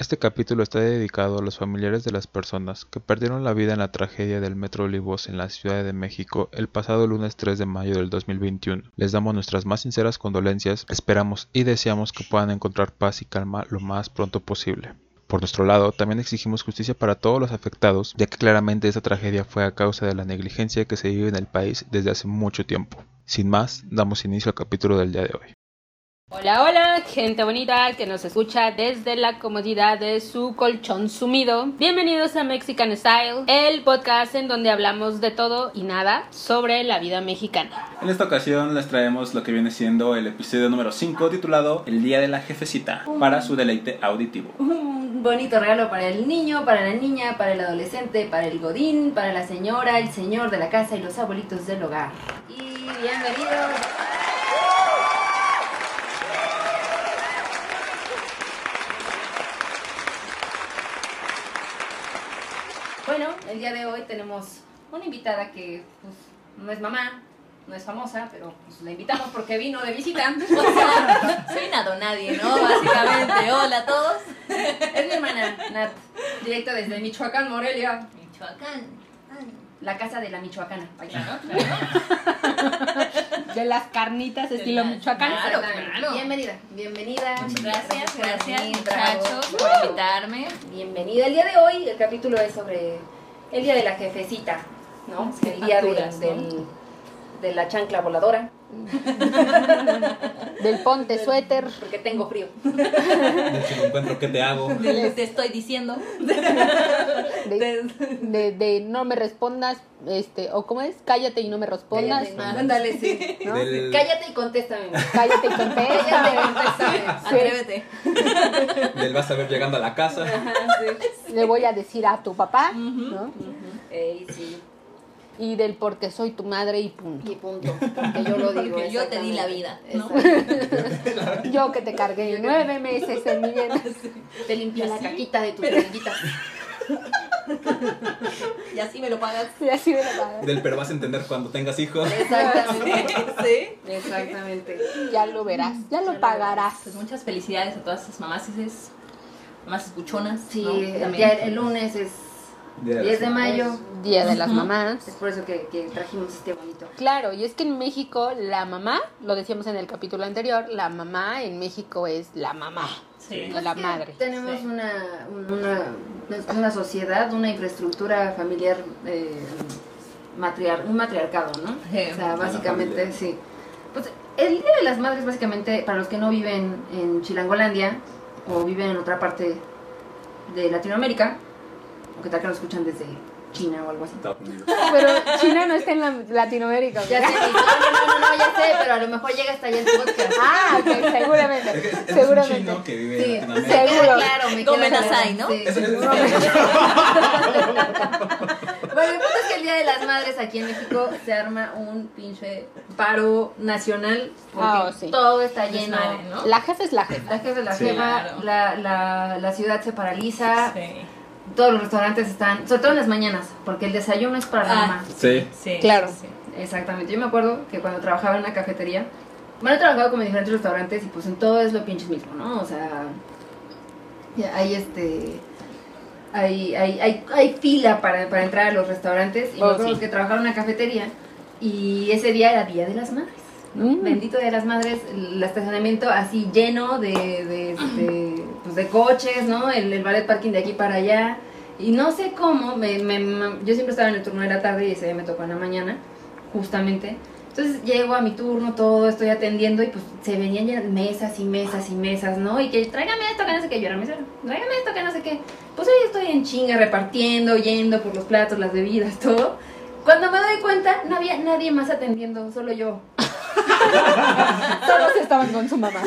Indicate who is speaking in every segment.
Speaker 1: Este capítulo está dedicado a los familiares de las personas que perdieron la vida en la tragedia del Metro Olivos en la Ciudad de México el pasado lunes 3 de mayo del 2021. Les damos nuestras más sinceras condolencias, esperamos y deseamos que puedan encontrar paz y calma lo más pronto posible. Por nuestro lado, también exigimos justicia para todos los afectados, ya que claramente esta tragedia fue a causa de la negligencia que se vive en el país desde hace mucho tiempo. Sin más, damos inicio al capítulo del día de hoy.
Speaker 2: Hola, hola, gente bonita que nos escucha desde la comodidad de su colchón sumido. Bienvenidos a Mexican Style, el podcast en donde hablamos de todo y nada sobre la vida mexicana.
Speaker 3: En esta ocasión les traemos lo que viene siendo el episodio número 5 titulado El Día de la Jefecita para su deleite auditivo.
Speaker 4: Un bonito regalo para el niño, para la niña, para el adolescente, para el godín, para la señora, el señor de la casa y los abuelitos del hogar. Y bienvenidos. Bueno, el día de hoy tenemos una invitada que pues, no es mamá, no es famosa, pero pues, la invitamos porque vino de visita.
Speaker 5: O sea, soy una donadie, ¿no? Básicamente, hola a todos.
Speaker 4: Es mi hermana, Nat, directo desde Michoacán, Morelia,
Speaker 5: Michoacán.
Speaker 4: la casa de la michoacana. Vaya, ¿no?
Speaker 2: De las carnitas estilo
Speaker 5: las-
Speaker 2: Michoacán.
Speaker 5: Claro,
Speaker 4: Exactamente.
Speaker 5: claro.
Speaker 4: Bienvenida, bienvenida.
Speaker 5: Gracias,
Speaker 4: por
Speaker 5: gracias
Speaker 4: venir, bravo.
Speaker 5: muchachos por invitarme.
Speaker 4: Bienvenida. El día de hoy el capítulo es sobre el día de la jefecita, ¿no?
Speaker 2: Sí,
Speaker 4: el día de-
Speaker 2: facturas, ¿no?
Speaker 4: del- de la chancla voladora,
Speaker 2: Del ponte suéter.
Speaker 4: porque tengo frío.
Speaker 3: encuentro que te hago.
Speaker 5: Te, te estoy diciendo.
Speaker 2: De, de- de no me respondas, este, o cómo es, cállate y no me respondas.
Speaker 4: Cállate, Ándale, sí.
Speaker 2: ¿no?
Speaker 3: Del-
Speaker 4: Cállate y contéstame.
Speaker 2: Cállate y contesta.
Speaker 4: Cállate y contéstame.
Speaker 5: Atrévete.
Speaker 3: Del vas a ver llegando a la casa.
Speaker 5: Ah,
Speaker 2: Le voy a decir a tu papá, ¿no?
Speaker 4: Ey, sí.
Speaker 2: Y del porque soy tu madre y punto.
Speaker 4: Y punto. Porque yo lo digo.
Speaker 5: Porque yo te di la vida, ¿no?
Speaker 4: exactamente.
Speaker 2: Yo que te cargué nueve meses en mi vida.
Speaker 4: Exacto. Te limpié la
Speaker 5: ¿Ah, Sí,
Speaker 4: caquita de tus amiguitas.
Speaker 5: Y así me lo pagas.
Speaker 2: Y así me lo pagas.
Speaker 3: Del pero vas a entender cuando tengas hijos.
Speaker 4: Exactamente.
Speaker 5: Sí.
Speaker 4: Exactamente.
Speaker 2: Ya lo verás, ya lo pagarás.
Speaker 5: Pues muchas felicidades a todas esas mamás, esas mamás escuchonas.
Speaker 4: Sí,
Speaker 5: ¿no?
Speaker 4: el,
Speaker 5: También.
Speaker 4: día- el lunes es
Speaker 3: Día de la
Speaker 4: 10 de
Speaker 3: jefecita.
Speaker 4: mayo.
Speaker 2: Día de las
Speaker 4: Es
Speaker 2: mamás.
Speaker 4: por eso que, que trajimos este bonito.
Speaker 2: Claro, y es que en México la mamá, lo decíamos en el capítulo anterior, la mamá en México es la mamá,
Speaker 5: Sí.
Speaker 2: no la
Speaker 4: Sí,
Speaker 2: madre.
Speaker 4: Tenemos
Speaker 5: Sí.
Speaker 4: una, una, una sociedad, una infraestructura familiar, eh, matriar- un matriarcado, ¿no?
Speaker 5: Sí.
Speaker 4: O sea, básicamente,
Speaker 3: familia.
Speaker 4: sí. Pues el Día de las Madres, básicamente, para los que no viven en Chilangolandia o viven en otra parte de Latinoamérica, o que tal que nos escuchan desde China o algo así.
Speaker 3: Estados Unidos.
Speaker 2: Pero China no está en la- Latinoamérica.
Speaker 4: Ya
Speaker 2: ¿verdad?
Speaker 4: sé, no, no, no, no, ya sé, pero a lo mejor llega hasta allá el podcast.
Speaker 2: Ah, ok,
Speaker 3: Es que es-
Speaker 2: seguramente,
Speaker 3: es un
Speaker 2: seguramente.
Speaker 3: chino que vive
Speaker 4: Sí,
Speaker 3: en
Speaker 4: me
Speaker 3: Latinoamérica.
Speaker 4: queda
Speaker 2: Seguro.
Speaker 4: claro, me queda
Speaker 5: Gómez
Speaker 4: claro.
Speaker 5: Asai, ¿no?
Speaker 4: Sí.
Speaker 3: Ese-
Speaker 4: Bueno, el punto es que el Día de las Madres aquí en México se arma un pinche paro nacional porque
Speaker 2: Ah, oh, sí.
Speaker 4: todo está
Speaker 5: Desmadre,
Speaker 4: lleno.
Speaker 5: ¿no?
Speaker 2: La jefa es la jefa.
Speaker 4: La jefa, la
Speaker 3: Sí.
Speaker 4: jefa,
Speaker 5: Claro.
Speaker 4: la, la, la ciudad se paraliza,
Speaker 5: Sí.
Speaker 4: todos los restaurantes están, sobre todo en las mañanas, porque el desayuno es para la
Speaker 5: Ah.
Speaker 4: mamá.
Speaker 3: Sí.
Speaker 5: Sí,
Speaker 2: Claro.
Speaker 5: sí, sí.
Speaker 4: Exactamente, yo me acuerdo que cuando trabajaba en la cafetería, bueno, he trabajado como en diferentes restaurantes y pues en todo es lo pinches mismo, ¿no? O sea, ya hay este... Hay, hay, hay, hay fila para, para entrar a los restaurantes y
Speaker 2: Oh,
Speaker 4: me acuerdo
Speaker 2: sí.
Speaker 4: que trabajaba en una cafetería y ese día era Día de las Madres. ¿no?
Speaker 2: Mm.
Speaker 4: Bendito Día de las Madres, el estacionamiento así lleno de, de, este, pues, de coches, ¿no? El, el ballet parking de aquí para allá. Y no sé cómo, me, me- me- yo siempre estaba en el turno de la tarde y ese día me tocó en la mañana, justamente. Entonces llego a mi turno, todo, estoy atendiendo y pues se venían ya mesas y mesas y mesas, ¿no? Y que tráigame esto que no sé qué, yo era mesera, tráigame esto que no sé qué. Pues ahí estoy en chinga repartiendo, yendo por los platos, las bebidas, todo. Cuando me doy cuenta, no había nadie más atendiendo, solo yo.
Speaker 2: Todos estaban con su mamá.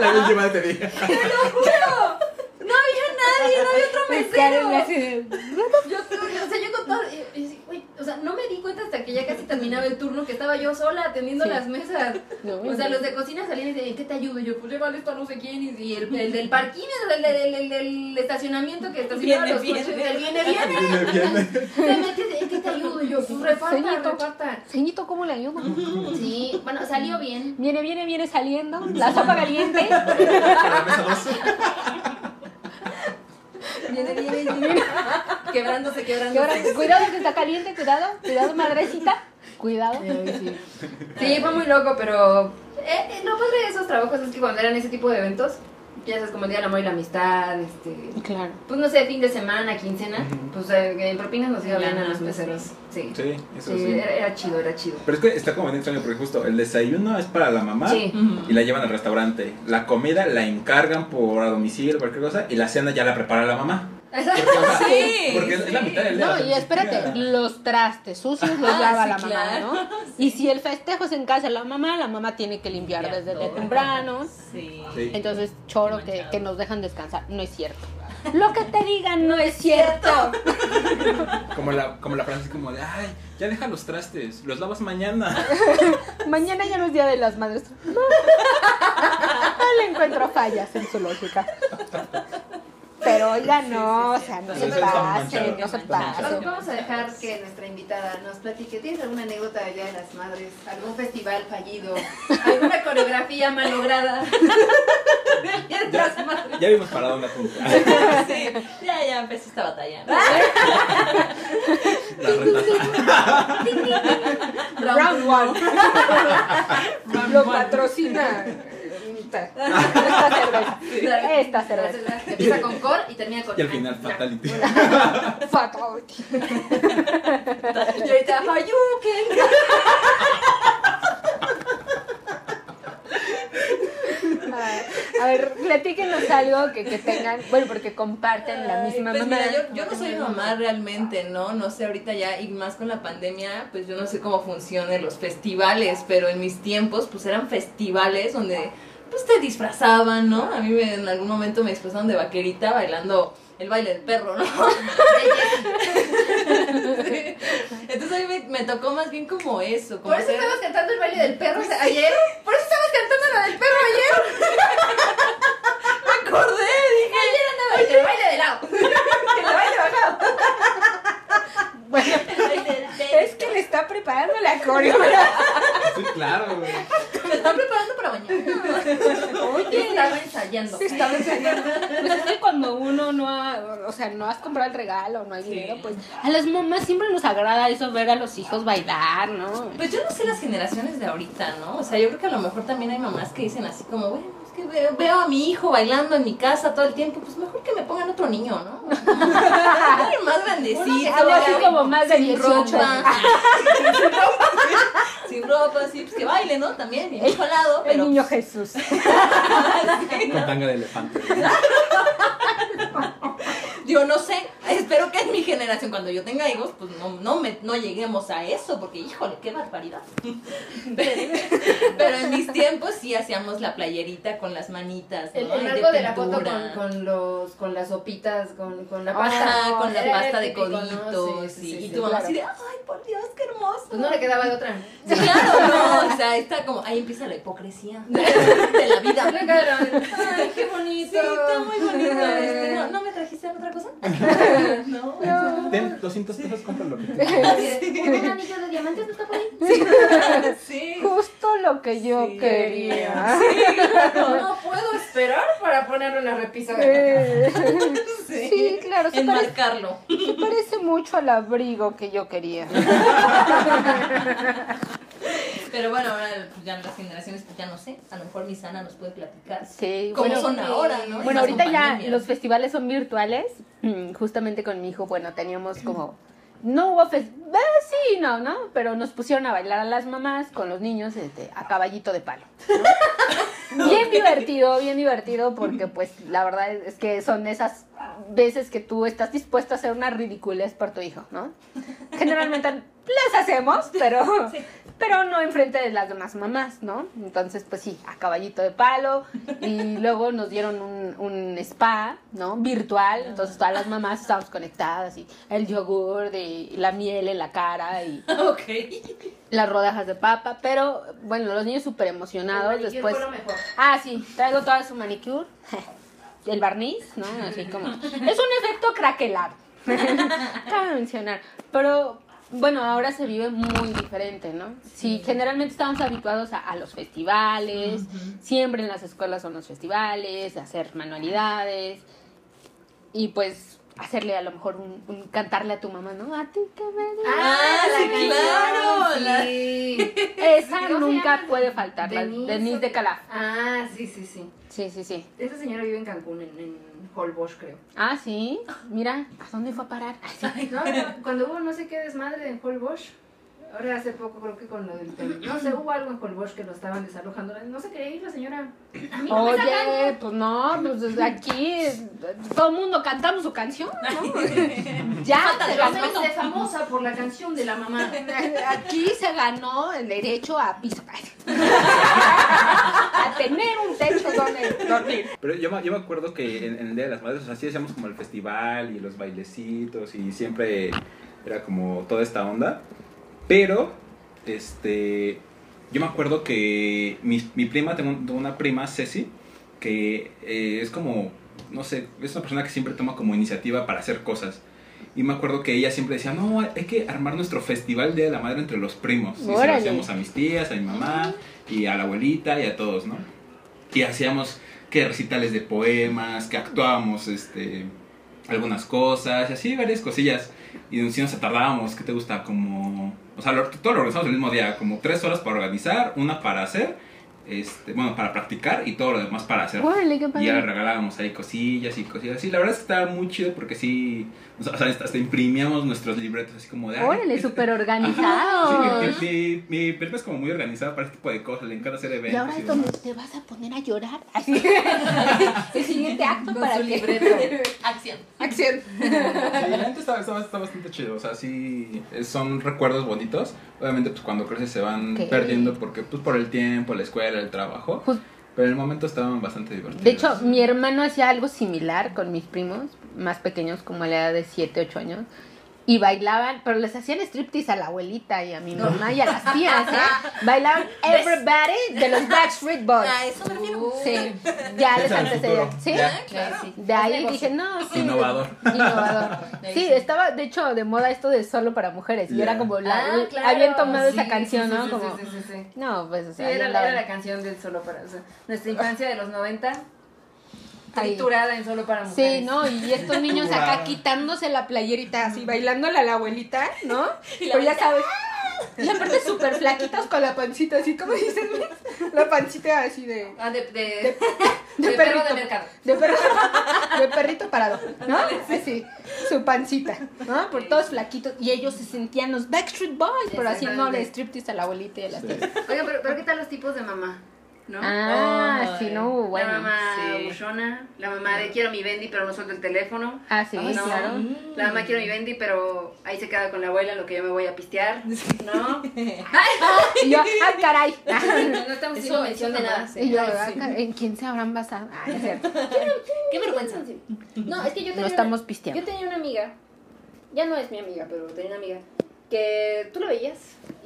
Speaker 3: La última vez te dije.
Speaker 4: No había nadie, no había otro
Speaker 2: Karen
Speaker 4: mesero.
Speaker 2: así de-
Speaker 4: Yo, o sea, yo con todo, y- y sí, güey, o sea, no me di cuenta hasta que ya casi terminaba el turno que estaba yo sola atendiendo
Speaker 2: Sí.
Speaker 4: las mesas.
Speaker 2: No,
Speaker 4: O sea, los de cocina salían y decían, ¿qué te ayudo? Y yo, pues llévale esto a no sé quién. Y, y el, el del parking, el, del- el- el- del estacionamiento que estacionaba
Speaker 5: Viene,
Speaker 4: los
Speaker 5: viene.
Speaker 4: coches, el viene, viene.
Speaker 3: Viene, viene.
Speaker 4: Se mete, "Eh, ¿qué te ayudo? Y yo, pues reparta,
Speaker 2: Señito.
Speaker 4: reparta.
Speaker 2: Ceñito, ¿cómo le ayudo?
Speaker 4: Sí, bueno, salió bien.
Speaker 2: Viene, viene, viene saliendo. La sopa caliente.
Speaker 3: Para la mesa dos.
Speaker 4: Viene, viene, viene. Quebrándose,
Speaker 2: Y ahora,
Speaker 4: quebrándose.
Speaker 2: cuidado que está caliente, cuidado, cuidado madrecita, cuidado.
Speaker 4: Ay, sí. Sí, fue muy loco, pero eh, eh, lo padre de esos trabajos es que cuando eran ese tipo de eventos, ya sabes, como el Día del Amor y la Amistad, este,
Speaker 2: Claro.
Speaker 4: pues no sé, fin de semana, quincena,
Speaker 3: Ujú.
Speaker 4: pues eh, en propinas nos iba bien a
Speaker 5: Lana,
Speaker 4: los
Speaker 5: pues,
Speaker 4: meseros. Sí,
Speaker 3: Sí, eso
Speaker 4: Sí, eh.
Speaker 3: sí.
Speaker 4: era, era chido, era chido.
Speaker 3: Pero es que está como bien extraño porque justo el desayuno es para la mamá
Speaker 4: Sí.
Speaker 3: y la llevan al restaurante. La comida la encargan por a domicilio, cualquier cosa, y la cena ya la prepara la mamá. Porque, o sea,
Speaker 5: Sí,
Speaker 3: porque es la
Speaker 5: sí.
Speaker 3: mitad del día. o
Speaker 2: No,
Speaker 3: sea,
Speaker 2: y
Speaker 3: ni siquiera-
Speaker 2: espérate, los trastes sucios los
Speaker 5: Ah,
Speaker 2: lava
Speaker 5: sí,
Speaker 2: la mamá,
Speaker 5: claro.
Speaker 2: ¿no? Y si el festejo es en casa de la mamá, la mamá tiene que limpiar desde de temprano.
Speaker 5: Sí.
Speaker 3: Sí.
Speaker 2: Entonces, choro que, que nos dejan descansar. No es cierto. Lo que te digan no es cierto.
Speaker 3: Como la, como la frase como de, ay, ya deja los trastes, los lavas mañana.
Speaker 2: Mañana ya no es Día de las Madres. No, le encuentro fallas en su lógica. Pero oiga, no, o sea, no se
Speaker 3: Eso está
Speaker 2: pasen,
Speaker 3: manchado,
Speaker 2: no se
Speaker 5: está manchado.
Speaker 2: pasen.
Speaker 4: Vamos- Vamos a dejar que nuestra invitada nos platique. ¿Tienes alguna anécdota allá de las madres? ¿Algún festival fallido? ¿Alguna coreografía malograda? del Día de las madres.
Speaker 3: Ya vimos parado una punta.
Speaker 5: Sí. Ya, ya empezó esta batalla. ¿no?
Speaker 3: La reta.
Speaker 2: Round one.
Speaker 5: Round
Speaker 2: Lo
Speaker 5: one.
Speaker 2: patrocina. Esta cerveza. Esta cerveza.
Speaker 4: Empieza con core y termina con
Speaker 3: Y al final, fatality.
Speaker 2: Fatality.
Speaker 4: Y ahorita, Hayuken.
Speaker 2: A ver, platíquenos algo que, que tengan. Bueno, porque comparten la misma
Speaker 5: Pues
Speaker 2: mamá.
Speaker 5: mira, yo, yo no soy mamá realmente, ¿no? No sé, ahorita ya, y más con la pandemia, pues yo no sé cómo funcionan los festivales, pero en mis tiempos, pues eran festivales donde, pues te disfrazaban, ¿no? A mí me- en algún momento me disfrazaron de vaquerita bailando el baile del perro, ¿no? Sí. Entonces a mí me, me tocó más bien como eso. Como
Speaker 4: Por eso
Speaker 5: ser-
Speaker 4: estabas cantando el baile del perro o sea, ayer. Por eso estabas cantando la del perro ayer.
Speaker 5: me acordé, dije,
Speaker 4: Ayer andaba el baile de lado.
Speaker 5: que la baile bajado.
Speaker 2: Bueno,
Speaker 5: El baile del
Speaker 2: es que le está preparando la coreografía.
Speaker 3: Sí, claro, güey.
Speaker 5: Me están preparando para mañana.
Speaker 4: Estaba ensayando.
Speaker 2: Sí, estaba enseñando. Pues es que cuando uno no ha, o sea, no has comprado el regalo, no hay dinero, pues a las mamás siempre nos agrada eso, ver a los hijos bailar, ¿no?
Speaker 5: Pues yo no sé las generaciones de ahorita, ¿no? O sea, yo creo que a lo mejor también hay mamás que dicen así como, bueno, es que veo, veo a mi hijo bailando en mi casa todo el tiempo, pues mejor que me pongan otro niño, ¿no? Alguien más grandecito.
Speaker 2: Uno que hable así
Speaker 5: ya,
Speaker 2: como más de
Speaker 5: sin
Speaker 2: 18.
Speaker 5: ropa. sin ropa, sí, pues que baile, ¿no? También, bien colado,
Speaker 2: El
Speaker 5: pero...
Speaker 2: niño Jesús.
Speaker 3: Con tanga de elefante.
Speaker 5: Yo no sé, espero que en mi generación, cuando yo tenga hijos, pues no, no, me, no lleguemos a eso, porque híjole, qué barbaridad. Pero en mis tiempos sí hacíamos la playerita con las manitas. ¿no?
Speaker 4: El,
Speaker 5: Y
Speaker 4: el marco de la foto
Speaker 5: pintura.
Speaker 4: con, con, los, con las sopitas, con, con la pasta.
Speaker 5: Ajá, con la
Speaker 4: Era
Speaker 5: pasta de
Speaker 4: típico, ¿no? Sí,
Speaker 5: coditos.
Speaker 4: sí,
Speaker 5: y-
Speaker 4: sí,
Speaker 5: y
Speaker 4: sí,
Speaker 5: tu mamá
Speaker 4: claro.
Speaker 5: así de, ay, por Dios, qué hermoso.
Speaker 4: Pues no le quedaba de otra.
Speaker 5: Sí, claro, no. O sea, está como, ahí empieza la hipocresía de la
Speaker 4: No
Speaker 5: vida.
Speaker 4: le quedaron. Ay, qué bonito.
Speaker 5: Sí, está muy bonito. este, ¿no, ¿No me trajiste otra cosa? no.
Speaker 3: Ten 200 pesos, compra lo que te
Speaker 4: Un anillo de diamantes no está por ahí.
Speaker 5: Sí.
Speaker 2: Justo lo que yo
Speaker 5: Sí,
Speaker 2: quería.
Speaker 5: Sí, claro.
Speaker 4: No puedo esperar para ponerlo en la repisa.
Speaker 2: Eh,
Speaker 5: Sí.
Speaker 2: Sí, claro, se parece,
Speaker 5: Enmarcarlo.
Speaker 2: se parece mucho al abrigo que yo quería.
Speaker 5: Pero bueno, ahora pues, ya las generaciones, pues ya no sé. A lo mejor mi Sana nos puede platicar.
Speaker 2: Sí,
Speaker 5: ¿Cómo
Speaker 2: bueno,
Speaker 5: son ahora,
Speaker 2: Bueno,
Speaker 5: no? Más con
Speaker 2: ahorita ya
Speaker 5: pandemia.
Speaker 2: los festivales son virtuales. Mm, Justamente con mi hijo, bueno, teníamos como... No hubo festivales, sí, no, ¿no? Pero nos pusieron a bailar a las mamás con los niños este, a caballito de palo. ¿no? Bien divertido, bien divertido, porque pues la verdad es que son esas veces que tú estás dispuesto a hacer una ridiculez por tu hijo, ¿no? Generalmente las hacemos, pero, pero no enfrente de las demás mamás, ¿no? Entonces, pues sí, a caballito de palo. Y luego nos dieron un, un spa, ¿no? Virtual. Entonces todas las mamás estábamos conectadas y el yogur, de la miel en la cara y
Speaker 5: Ok.
Speaker 2: las rodajas de papa. Pero bueno, los niños súper emocionados. Después. Ah, sí, traigo toda su manicure, el barniz, ¿no? Así como. Es un efecto craquelado. Cabe mencionar. Pero bueno, ahora se vive muy diferente, ¿no? Sí, generalmente estamos habituados a, a los festivales, siempre en las escuelas son los festivales, hacer manualidades. Y pues hacerle a lo mejor un, un- cantarle a tu mamá, ¿no? A ti que me digas.
Speaker 5: Ah, sí, claro, la-
Speaker 4: Sí.
Speaker 2: Esa
Speaker 4: ¿Cómo se
Speaker 2: nunca
Speaker 4: llama?
Speaker 2: puede faltar, la
Speaker 4: Denise.
Speaker 2: Denise de Calaf.
Speaker 4: Ah, sí, sí, sí.
Speaker 2: Sí, sí, sí.
Speaker 4: Esa señora vive en Cancún, en, en Holbox, creo.
Speaker 2: Ah, sí. Mira, ¿a dónde fue a parar? Ay, sí.
Speaker 4: No, no, cuando hubo no sé qué desmadre en Holbox, ahora hace poco creo que con lo del tele- No sé, hubo algo en Holbox que lo estaban desalojando. No se quería ir la señora. A mí no me sacan.
Speaker 2: Oye, pues no, pues desde aquí eh, todo el mundo cantamos su canción, ¿no? ya
Speaker 5: Falta
Speaker 2: se
Speaker 5: de
Speaker 2: ganó,
Speaker 5: respeto.
Speaker 4: Pero es famosa por la canción de la mamá.
Speaker 2: aquí se ganó el derecho a piso, a tener un techo donde dormir.
Speaker 3: Pero yo me, yo me acuerdo que en, en el Día de las Madres, o sea, sí hacíamos como el festival y los bailecitos y siempre era como toda esta onda. Pero, este, yo me acuerdo que mi, mi prima, tengo, un- tengo una prima, Ceci, que eh, es como, no sé, es una persona que siempre toma como iniciativa para hacer cosas. Y me acuerdo que ella siempre decía, no, hay que armar nuestro festival Día de la Madre entre los primos. Y se lo
Speaker 2: Órale.
Speaker 3: hacíamos a mis tías, a mi mamá, y a la abuelita, y a todos, ¿no? Y hacíamos que recitales de poemas, que actuábamos este, algunas cosas, y así varias cosillas. Y si nos tardábamos, ¿qué te gusta? Como, o sea, lo- todo lo organizamos el mismo día, como tres horas para organizar, una para hacer, este, bueno, para practicar y todo lo demás para hacer.
Speaker 2: Órale, qué
Speaker 3: Y ya le
Speaker 2: padre.
Speaker 3: regalábamos ahí cosillas y cosillas. Sí, la verdad es que estaba muy chido porque sí, o sea, hasta, hasta imprimíamos nuestros libretos así como de... ah,
Speaker 2: Órale,
Speaker 3: este-
Speaker 2: súper
Speaker 3: Sí,
Speaker 2: organizado.
Speaker 3: mi, mi, mi prima es como muy organizada para este tipo de cosas, le encanta hacer eventos.
Speaker 2: Y ahora es
Speaker 3: demás.
Speaker 2: donde te vas a poner a llorar. Así. El siguiente acto
Speaker 4: Con
Speaker 2: para
Speaker 4: su
Speaker 2: que-
Speaker 4: libreto.
Speaker 5: Acción.
Speaker 2: Acción.
Speaker 3: Sí, la neta está, está- está bastante chido, o sea, sí, eh, son recuerdos bonitos. Obviamente, pues cuando creces se van
Speaker 2: Ok.
Speaker 3: perdiendo porque, pues por el tiempo, la escuela, el trabajo.
Speaker 2: Jus-
Speaker 3: Pero en el momento estaban bastante divertidos.
Speaker 2: De hecho, mi hermano hacía algo similar con mis primos, más pequeños, como a la edad de 7, 8 años. Y bailaban, pero les hacían striptease a la abuelita y a mi mamá y a las tías, ¿eh? Bailaban Everybody de los Backstreet Boys.
Speaker 5: A eso me refiero.
Speaker 2: Sí, ya les
Speaker 3: Piensa en el
Speaker 2: antecedía.
Speaker 3: futuro.
Speaker 2: ¿Sí?
Speaker 3: Ya.
Speaker 5: Claro.
Speaker 2: De ahí dije, no, sí.
Speaker 3: Innovador.
Speaker 2: Innovador.
Speaker 5: De ahí
Speaker 2: Sí,
Speaker 5: sí.
Speaker 2: estaba, de hecho, de moda esto de solo para mujeres. Y
Speaker 3: Ya.
Speaker 2: era como, la,
Speaker 4: Ah, claro.
Speaker 2: habían tomado
Speaker 4: Sí,
Speaker 2: esa canción,
Speaker 4: sí, sí,
Speaker 2: ¿no?
Speaker 4: sí,
Speaker 2: como,
Speaker 4: sí, sí, sí.
Speaker 2: no, pues, o
Speaker 4: Sí,
Speaker 2: sea,
Speaker 4: era,
Speaker 2: ya la-
Speaker 4: era la canción del solo para. o sea, nuestra infancia de los 90,
Speaker 2: Ahí.
Speaker 4: triturada en solo para mujeres.
Speaker 2: Sí, ¿no? Y estos niños acá quitándose la playerita, así bailándole a la abuelita, ¿no?
Speaker 5: Y
Speaker 2: Pero ya
Speaker 5: la abuelita,
Speaker 2: sabes. Y aparte súper flaquitos con la pancita, así como dices, la pancita así de.
Speaker 4: Ah, de, de,
Speaker 2: De,
Speaker 4: de perro de
Speaker 2: perrito.
Speaker 4: mercado.
Speaker 2: de perro. De perrito parado, ¿no? Así, su pancita, ¿no? Por todos flaquitos. Y ellos se sentían los Backstreet Boys, pero haciéndole
Speaker 4: Exactamente.
Speaker 2: striptease a la abuelita y a las tías.
Speaker 4: Oigan, pero, pero ¿qué tal los tipos de mamá? ¿No?
Speaker 2: Ah, sí, no, bueno.
Speaker 4: la mamá
Speaker 5: sí.
Speaker 4: buchona, la mamá de quiero mi bendy, pero no suelta el teléfono.
Speaker 2: Ah, sí,
Speaker 4: ¿no?
Speaker 2: claro.
Speaker 4: La
Speaker 2: Mm.
Speaker 4: mamá quiero mi bendy, pero ahí se queda con la abuela, lo que yo me voy a pistear. ¿No?
Speaker 2: Y yo, ah, caray.
Speaker 4: No estamos haciendo mención de nada.
Speaker 2: Y yo, ah, caray, ¿en quién se habrán basado? Ah, no es cierto.
Speaker 5: Qué vergüenza.
Speaker 6: No, es que yo tenía,
Speaker 2: No estamos pisteando.
Speaker 6: yo tenía una amiga, ya no es mi amiga, pero tenía una amiga, que tú la veías.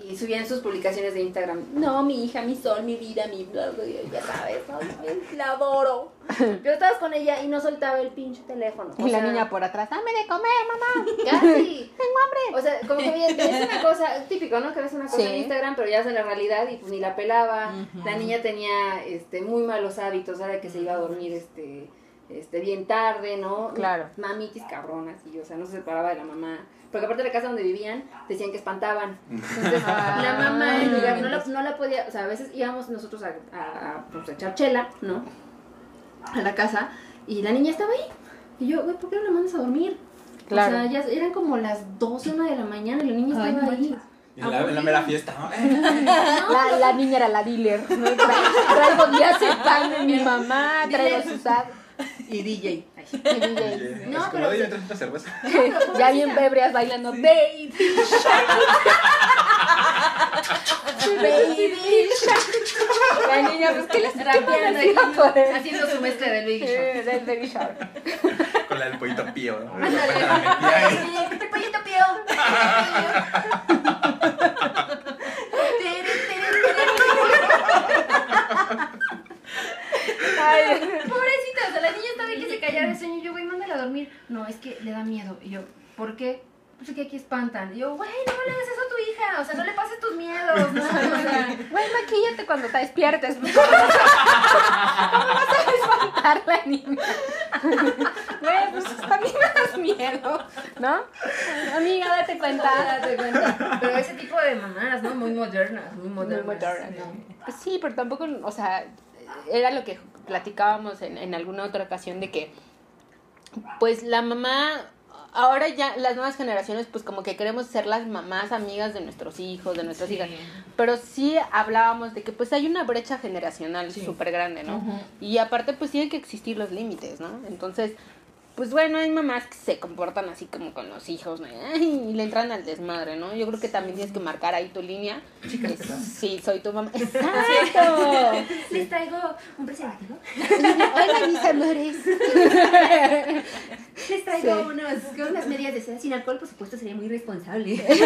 Speaker 4: Y subían sus publicaciones de Instagram.
Speaker 6: No, mi hija, mi sol, mi vida, mi bla, bla, bla, ya sabes, ¿no? la adoro. Pero estabas con ella y no soltaba el pinche teléfono. o
Speaker 2: Y la
Speaker 6: sea,
Speaker 2: niña por atrás, dame de comer, mamá.
Speaker 6: Casi. Tengo hambre. O sea, como que veías veías una cosa, típico, ¿no? Que ves una cosa
Speaker 2: Sí.
Speaker 6: en Instagram, pero ya es en la realidad y pues ni la pelaba. La niña tenía este muy malos hábitos, era que se iba a dormir este este bien tarde, ¿no?
Speaker 2: Claro.
Speaker 6: Mamitis cabronas y o sea, no se separaba de la mamá. Porque aparte de la casa donde vivían, decían que espantaban. Entonces, ah, la mamá en lugar- no, la, no la podía, o sea, a veces íbamos nosotros a, a- a, pues, a echar chela, ¿no? A la casa y la niña estaba ahí. Y yo, güey, ¿por qué no la mandas a dormir?
Speaker 2: Claro.
Speaker 6: O sea, ya eran como las 12, una de la mañana y la niña estaba ahí.
Speaker 3: En la, en la mera fiesta, ¿no? Eh,
Speaker 2: La, la niña era la dealer. ¿no? Tra- Traigo ya se pan mi mamá, traigo su sad.
Speaker 4: Y DJ.
Speaker 2: Y dije,
Speaker 3: eh,
Speaker 6: No,
Speaker 3: es como,
Speaker 6: pero-
Speaker 3: "Oye, ¿me traes una cerveza?
Speaker 2: Ya bien bebrias bailando, baby. shark". Baby. shark". La niña, pues, ¿qué les
Speaker 4: Rapeando
Speaker 2: qué más iba a
Speaker 4: ahí,
Speaker 2: poder?
Speaker 4: haciendo su mezcla de Luigi Show.
Speaker 2: Eh, Del baby shark.
Speaker 3: Con la del pollito pío, ¿no?
Speaker 6: El pollito pío.
Speaker 2: Ay,
Speaker 6: Pobrecita, o sea, la niña estaba ahí que se callaba de sueño. y Yo, güey, mándala a dormir. No, es que le da miedo. Y yo, ¿por qué? Pues es que aquí espantan. Y yo, güey, no le hagas eso a tu hija. O sea, no le pases tus miedos. No, o sea,
Speaker 2: Güey, maquíllate cuando te despiertes. ¿Cómo vas a espantar la niña? Güey, pues hasta a mí me das miedo. ¿No? Amiga, date cuenta.
Speaker 4: Date cuenta. Pero ese tipo de mamadas, ¿no? Muy modernas, muy modernas.
Speaker 2: modernas. Pues sí, pero tampoco, o sea, era lo que platicábamos en, en alguna otra ocasión de que, pues la mamá, ahora ya las nuevas generaciones, pues como que queremos ser las mamás amigas de nuestros hijos, de nuestras hijas. Pero sí hablábamos de que pues hay una brecha generacional súper grande, ¿no? Y aparte pues tienen que existir los límites, ¿no? Entonces, pues bueno, hay mamás que se comportan así como con los hijos, ¿no? Ay, y le entran al desmadre, ¿no? Yo creo que también tienes que marcar ahí tu línea. Es- sí, soy tu mamá. ¡Exacto!
Speaker 6: Les traigo un preservativo.
Speaker 2: Hola, mis amores.
Speaker 6: Les traigo
Speaker 2: Sí.
Speaker 6: unos, creo unas medias de seda sin alcohol, por supuesto, sería muy responsable.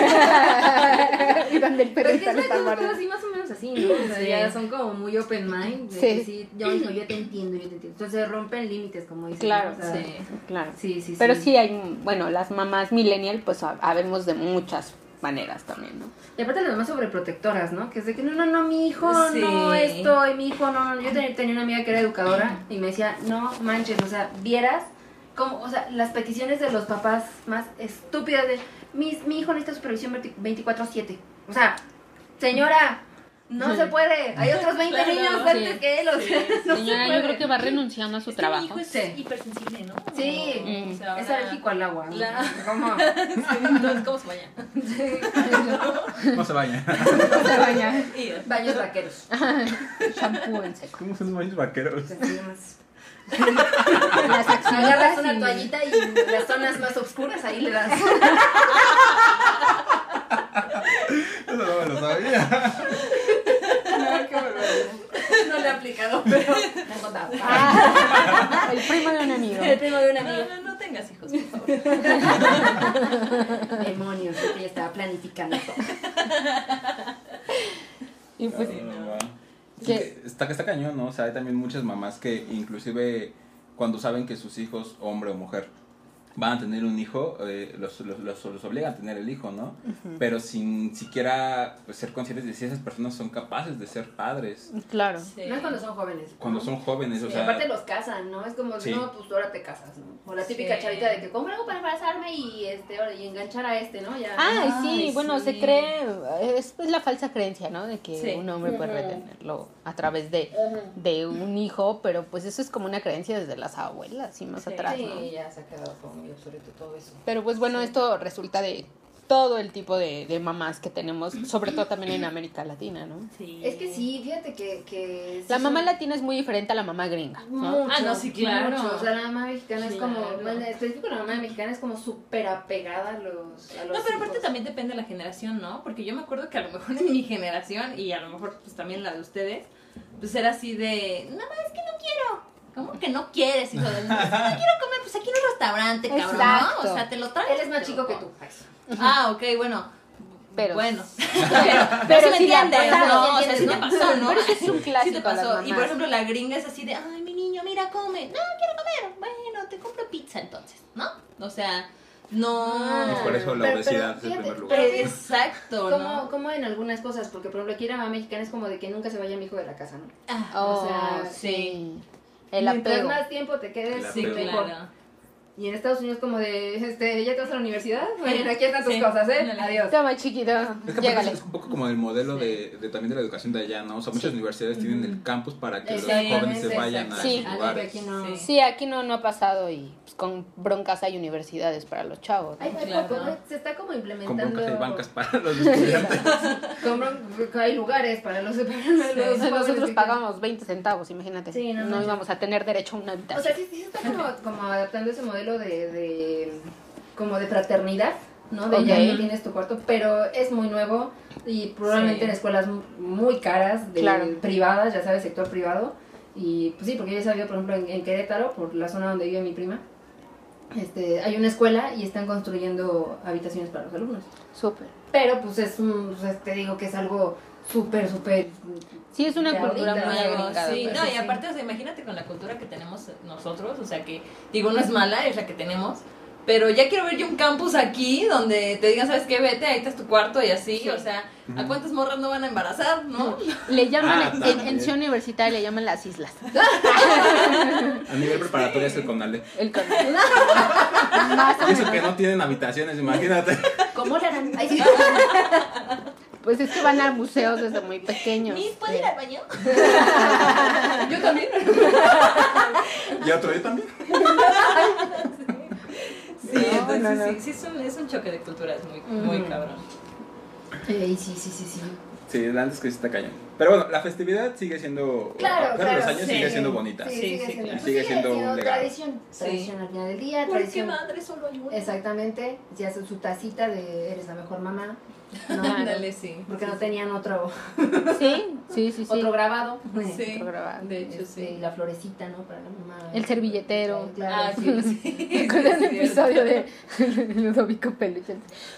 Speaker 2: Y donde el
Speaker 4: Pero es
Speaker 2: perrito
Speaker 4: que es
Speaker 2: lo está
Speaker 4: adulto,
Speaker 2: guardando.
Speaker 4: sí, más o menos así, ¿no? O sea,
Speaker 5: Sí.
Speaker 4: ya son como muy open mind. de
Speaker 2: Sí.
Speaker 4: que sí. Yo, hijo, yo te entiendo, yo te entiendo. Entonces rompen límites, como dicen.
Speaker 2: Claro,
Speaker 4: ¿no? O sea,
Speaker 5: Sí.
Speaker 2: Claro.
Speaker 4: Sí, sí,
Speaker 2: Pero sí hay, bueno, las mamás millennial, pues hab- habemos de muchas maneras también, ¿no?
Speaker 4: Y aparte las mamás sobreprotectoras, ¿no? Que es de que no, no, no, mi hijo,
Speaker 5: Sí.
Speaker 4: no, esto, y mi hijo, no, no. Yo ten- tenía una amiga que era educadora y me decía, no manches, o sea, vieras como, o sea, las peticiones de los papás más estúpidas de, mi, mi hijo necesita supervisión 20 24-7. O sea, señora, no se puede, hay otros 20
Speaker 5: Claro,
Speaker 4: niños
Speaker 5: sí,
Speaker 4: antes que él, o sea, no se puede.
Speaker 2: va renunciando a su
Speaker 5: Mi hijo es
Speaker 4: Sí.
Speaker 5: hipersensible, ¿no?
Speaker 4: Sí.
Speaker 5: O sea,
Speaker 4: Es
Speaker 5: ahora-
Speaker 4: alérgico al agua.
Speaker 5: La-
Speaker 4: ¿Cómo?
Speaker 5: Entonces, ¿cómo se baña?
Speaker 3: No se baña.
Speaker 4: Se baña.
Speaker 5: Y-
Speaker 4: Baños vaqueros.
Speaker 2: Shampoo en seco.
Speaker 3: ¿Cómo son los baños vaqueros?
Speaker 4: Así más.
Speaker 2: Las axilas
Speaker 4: Agarras una
Speaker 2: y-
Speaker 4: toallita y las zonas más oscuras ahí le das.
Speaker 3: Eso no me lo sabía.
Speaker 4: No le he aplicado, pero me han contado.
Speaker 2: Ah, el primo de un amigo.
Speaker 4: El primo de un
Speaker 5: No,
Speaker 4: amigo.
Speaker 5: no, no tengas hijos, por favor.
Speaker 4: Demonios, yo que ya estaba planificando todo.
Speaker 2: Y pues,
Speaker 3: Sí,
Speaker 2: ¿Qué?
Speaker 3: Está, está cañón, ¿no? O sea, hay también muchas mamás que inclusive cuando saben que sus hijos, hombre o mujer, van a tener un hijo, eh, los, los, los- los obligan a tener el hijo, ¿no? Pero sin siquiera pues, ser conscientes de si esas personas son capaces de ser padres
Speaker 2: claro.
Speaker 5: Sí.
Speaker 4: No es cuando son jóvenes.
Speaker 3: cuando son jóvenes, o
Speaker 4: Y
Speaker 3: sea...
Speaker 4: aparte los casan, ¿no? Es como,
Speaker 3: Sí.
Speaker 4: no, pues ahora te casas, ¿no? O la típica
Speaker 5: Sí.
Speaker 4: chavita de que compro algo para embarazarme y, este, ahora- y enganchar a este, ¿no? Ya.
Speaker 2: Ay, sí,
Speaker 5: Ay,
Speaker 2: bueno, se
Speaker 5: sí.
Speaker 2: cree, es pues, la falsa creencia, ¿no? De que
Speaker 5: Sí.
Speaker 2: un hombre puede retenerlo a través de, de un hijo, pero pues eso es como una creencia desde las abuelas y más
Speaker 5: Sí.
Speaker 2: atrás, ¿no?
Speaker 4: Sí, ya se ha quedado como muy obsoleto todo eso.
Speaker 2: Pero pues bueno, esto resulta de todo el tipo de, de mamás que tenemos, sobre todo también en América Latina, ¿no?
Speaker 5: Sí.
Speaker 6: Es que sí, fíjate que. que sí
Speaker 2: La mamá
Speaker 6: son-
Speaker 2: latina es muy diferente a la mamá gringa, ¿no?
Speaker 4: Mucho,
Speaker 5: Ah, no, sí, claro.
Speaker 4: mucho. O sea, la mamá mexicana es como,
Speaker 5: Claro.
Speaker 4: bueno, en específico la mamá mexicana es como súper apegada a los, a los
Speaker 5: No, pero aparte
Speaker 4: hijos.
Speaker 5: también depende de la generación, ¿no? Porque yo me acuerdo que a lo mejor en mi generación, y a lo mejor pues también la de ustedes, pues era así de, no, ma, es que no quiero. ¿Cómo que no quieres? Hijo de... "Es que no quiero comer, pues aquí en un restaurante, cabrón,
Speaker 2: Exacto.
Speaker 5: ¿no? O sea, te lo traes.
Speaker 4: Él es más
Speaker 5: te
Speaker 4: chico
Speaker 5: lo
Speaker 4: que tú.
Speaker 5: comes". Ah, ok, bueno.
Speaker 2: Pero-
Speaker 5: Bueno. Pero,
Speaker 2: pero
Speaker 5: sí me
Speaker 2: sí la
Speaker 5: entiendes,
Speaker 2: pasaron,
Speaker 5: ¿no? O
Speaker 2: sí
Speaker 5: sea, sí te
Speaker 2: entiendes.
Speaker 5: pasó, ¿no?
Speaker 2: Pero es que es un
Speaker 5: Sí
Speaker 2: clásico
Speaker 5: te
Speaker 2: a las
Speaker 5: pasó. Y por
Speaker 2: mamás.
Speaker 5: ejemplo, la gringa es así de, ay, mi niño, mira, come. No, quiero comer. Bueno, te compro pizza entonces, ¿no? O sea, no.
Speaker 3: Y
Speaker 2: Ah.
Speaker 3: por eso la
Speaker 4: Pero-
Speaker 3: obesidad
Speaker 4: pero
Speaker 3: es el primer
Speaker 4: fíjate,
Speaker 3: lugar.
Speaker 4: pero-
Speaker 5: Exacto,
Speaker 4: Como,
Speaker 5: ¿no?
Speaker 4: como en algunas cosas, porque por ejemplo aquí la mamá mexicana es como de que nunca se vaya mi hijo de la casa, ¿no?
Speaker 5: Ah,
Speaker 2: Oh,
Speaker 4: O sea,
Speaker 2: sí. El
Speaker 4: Mientras
Speaker 2: apego.
Speaker 4: más tiempo te quedes,
Speaker 3: El
Speaker 5: sí,
Speaker 3: apego.
Speaker 4: mejor.
Speaker 5: claro.
Speaker 4: Y en Estados Unidos como de, este, ¿ya te vas a la universidad? Bueno, aquí están tus
Speaker 5: Sí.
Speaker 4: cosas, ¿eh?
Speaker 5: Ándale.
Speaker 4: Adiós.
Speaker 2: Toma, chiquito,
Speaker 3: Es que aparte
Speaker 2: llégale.
Speaker 3: es un poco como el modelo de, de también de la educación de allá, ¿no? O sea, muchas universidades tienen el campus para que los
Speaker 5: Exactamente,
Speaker 3: jóvenes se vayan a
Speaker 2: exacto. Sí.
Speaker 3: sus
Speaker 4: Algo que
Speaker 3: lugares.
Speaker 4: aquí no...
Speaker 5: Sí.
Speaker 2: Sí, aquí no, no ha pasado y pues, con broncas hay universidades para los chavos. ¿no?
Speaker 4: Ay, ay,
Speaker 5: Claro.
Speaker 4: poco, se está como
Speaker 3: Con
Speaker 4: implementando...
Speaker 3: broncas y bancas para los estudiantes.
Speaker 4: Con bron- hay lugares para los... Para los
Speaker 2: Entonces,
Speaker 4: pobres
Speaker 2: Nosotros
Speaker 4: que-
Speaker 2: pagamos 20 centavos, imagínate.
Speaker 4: Sí, no
Speaker 2: no
Speaker 4: manches.
Speaker 2: íbamos a tener derecho a una
Speaker 4: O sea,
Speaker 2: habitación.
Speaker 4: sí, sí se está como, como adaptando ese modelo de, de- como de fraternidad, ¿no? De ya
Speaker 2: Ok.
Speaker 4: que tienes tu cuarto, pero es muy nuevo y probablemente
Speaker 5: Sí.
Speaker 4: en escuelas mu- muy caras, de
Speaker 2: Claro.
Speaker 4: privadas, ya sabes, sector privado. Y pues sí, porque yo he sabido, por ejemplo, en, en Querétaro, por la zona donde vive mi prima, este, hay una escuela y están construyendo habitaciones para los alumnos.
Speaker 2: Súper.
Speaker 4: Pero pues es, un- pues, te digo que es algo súper, súper...
Speaker 2: Sí, es una
Speaker 4: de
Speaker 2: cultura
Speaker 4: ahorita,
Speaker 2: muy
Speaker 4: ¿no?
Speaker 2: agringada.
Speaker 5: sí,
Speaker 2: pero
Speaker 5: no,
Speaker 4: sí,
Speaker 5: y
Speaker 4: sí.
Speaker 5: aparte, o sea, imagínate con la cultura que tenemos nosotros, o sea, que digo, no es mala, es la que tenemos, pero ya quiero ver yo un campus aquí donde te digan, ¿sabes qué? Vete, ahí está tu cuarto y así, o sea, ¿a cuántas morras no van a embarazar, no?
Speaker 2: Le
Speaker 3: Ah,
Speaker 2: llaman, en,
Speaker 3: también.
Speaker 2: en Ciudad Universitaria le llaman las islas.
Speaker 3: A nivel preparatoria es el CONALE.
Speaker 2: El cono.
Speaker 6: Más o
Speaker 3: Y eso
Speaker 6: menos.
Speaker 3: que no tienen habitaciones, imagínate.
Speaker 6: ¿Cómo le harán? Ay, sí.
Speaker 2: Pues es que van a museos desde muy pequeños.
Speaker 5: Miss, ¿puedo ir al baño?
Speaker 6: Yo también.
Speaker 3: Y otro yo también.
Speaker 5: Sí, entonces sí, sí es un, es un choque de culturas muy, muy cabrón.
Speaker 4: Ey, sí, sí, sí, sí.
Speaker 3: Sí, la neta es que sí está cañón. Pero bueno, la festividad sigue siendo. a
Speaker 6: Claro,
Speaker 3: pesar de
Speaker 6: claro.
Speaker 3: los años
Speaker 5: sí.
Speaker 3: sigue siendo bonita.
Speaker 5: Sí,
Speaker 6: sigue
Speaker 5: sí,
Speaker 6: siendo,
Speaker 5: claro.
Speaker 6: pues
Speaker 3: Sigue siendo un legado.
Speaker 6: tradición.
Speaker 5: Sí.
Speaker 6: Tradición al final del día,
Speaker 5: ¿Por qué
Speaker 6: tradición.
Speaker 5: madre solo hay una?
Speaker 6: Exactamente. Se hace su tacita de eres la mejor mamá. No,
Speaker 5: Ándale, sí.
Speaker 6: Porque no tenían otro,
Speaker 2: Sí, sí, sí, sí.
Speaker 6: otro grabado.
Speaker 5: Sí.
Speaker 2: Otro grabado.
Speaker 5: De
Speaker 6: Este,
Speaker 5: hecho, sí.
Speaker 6: La florecita, ¿no? Para la mamá.
Speaker 2: El servilletero.
Speaker 5: Ah,
Speaker 6: Claro, sí.
Speaker 5: sí, sí.
Speaker 2: ¿Te acuerdas del episodio de Ludovico Peluche?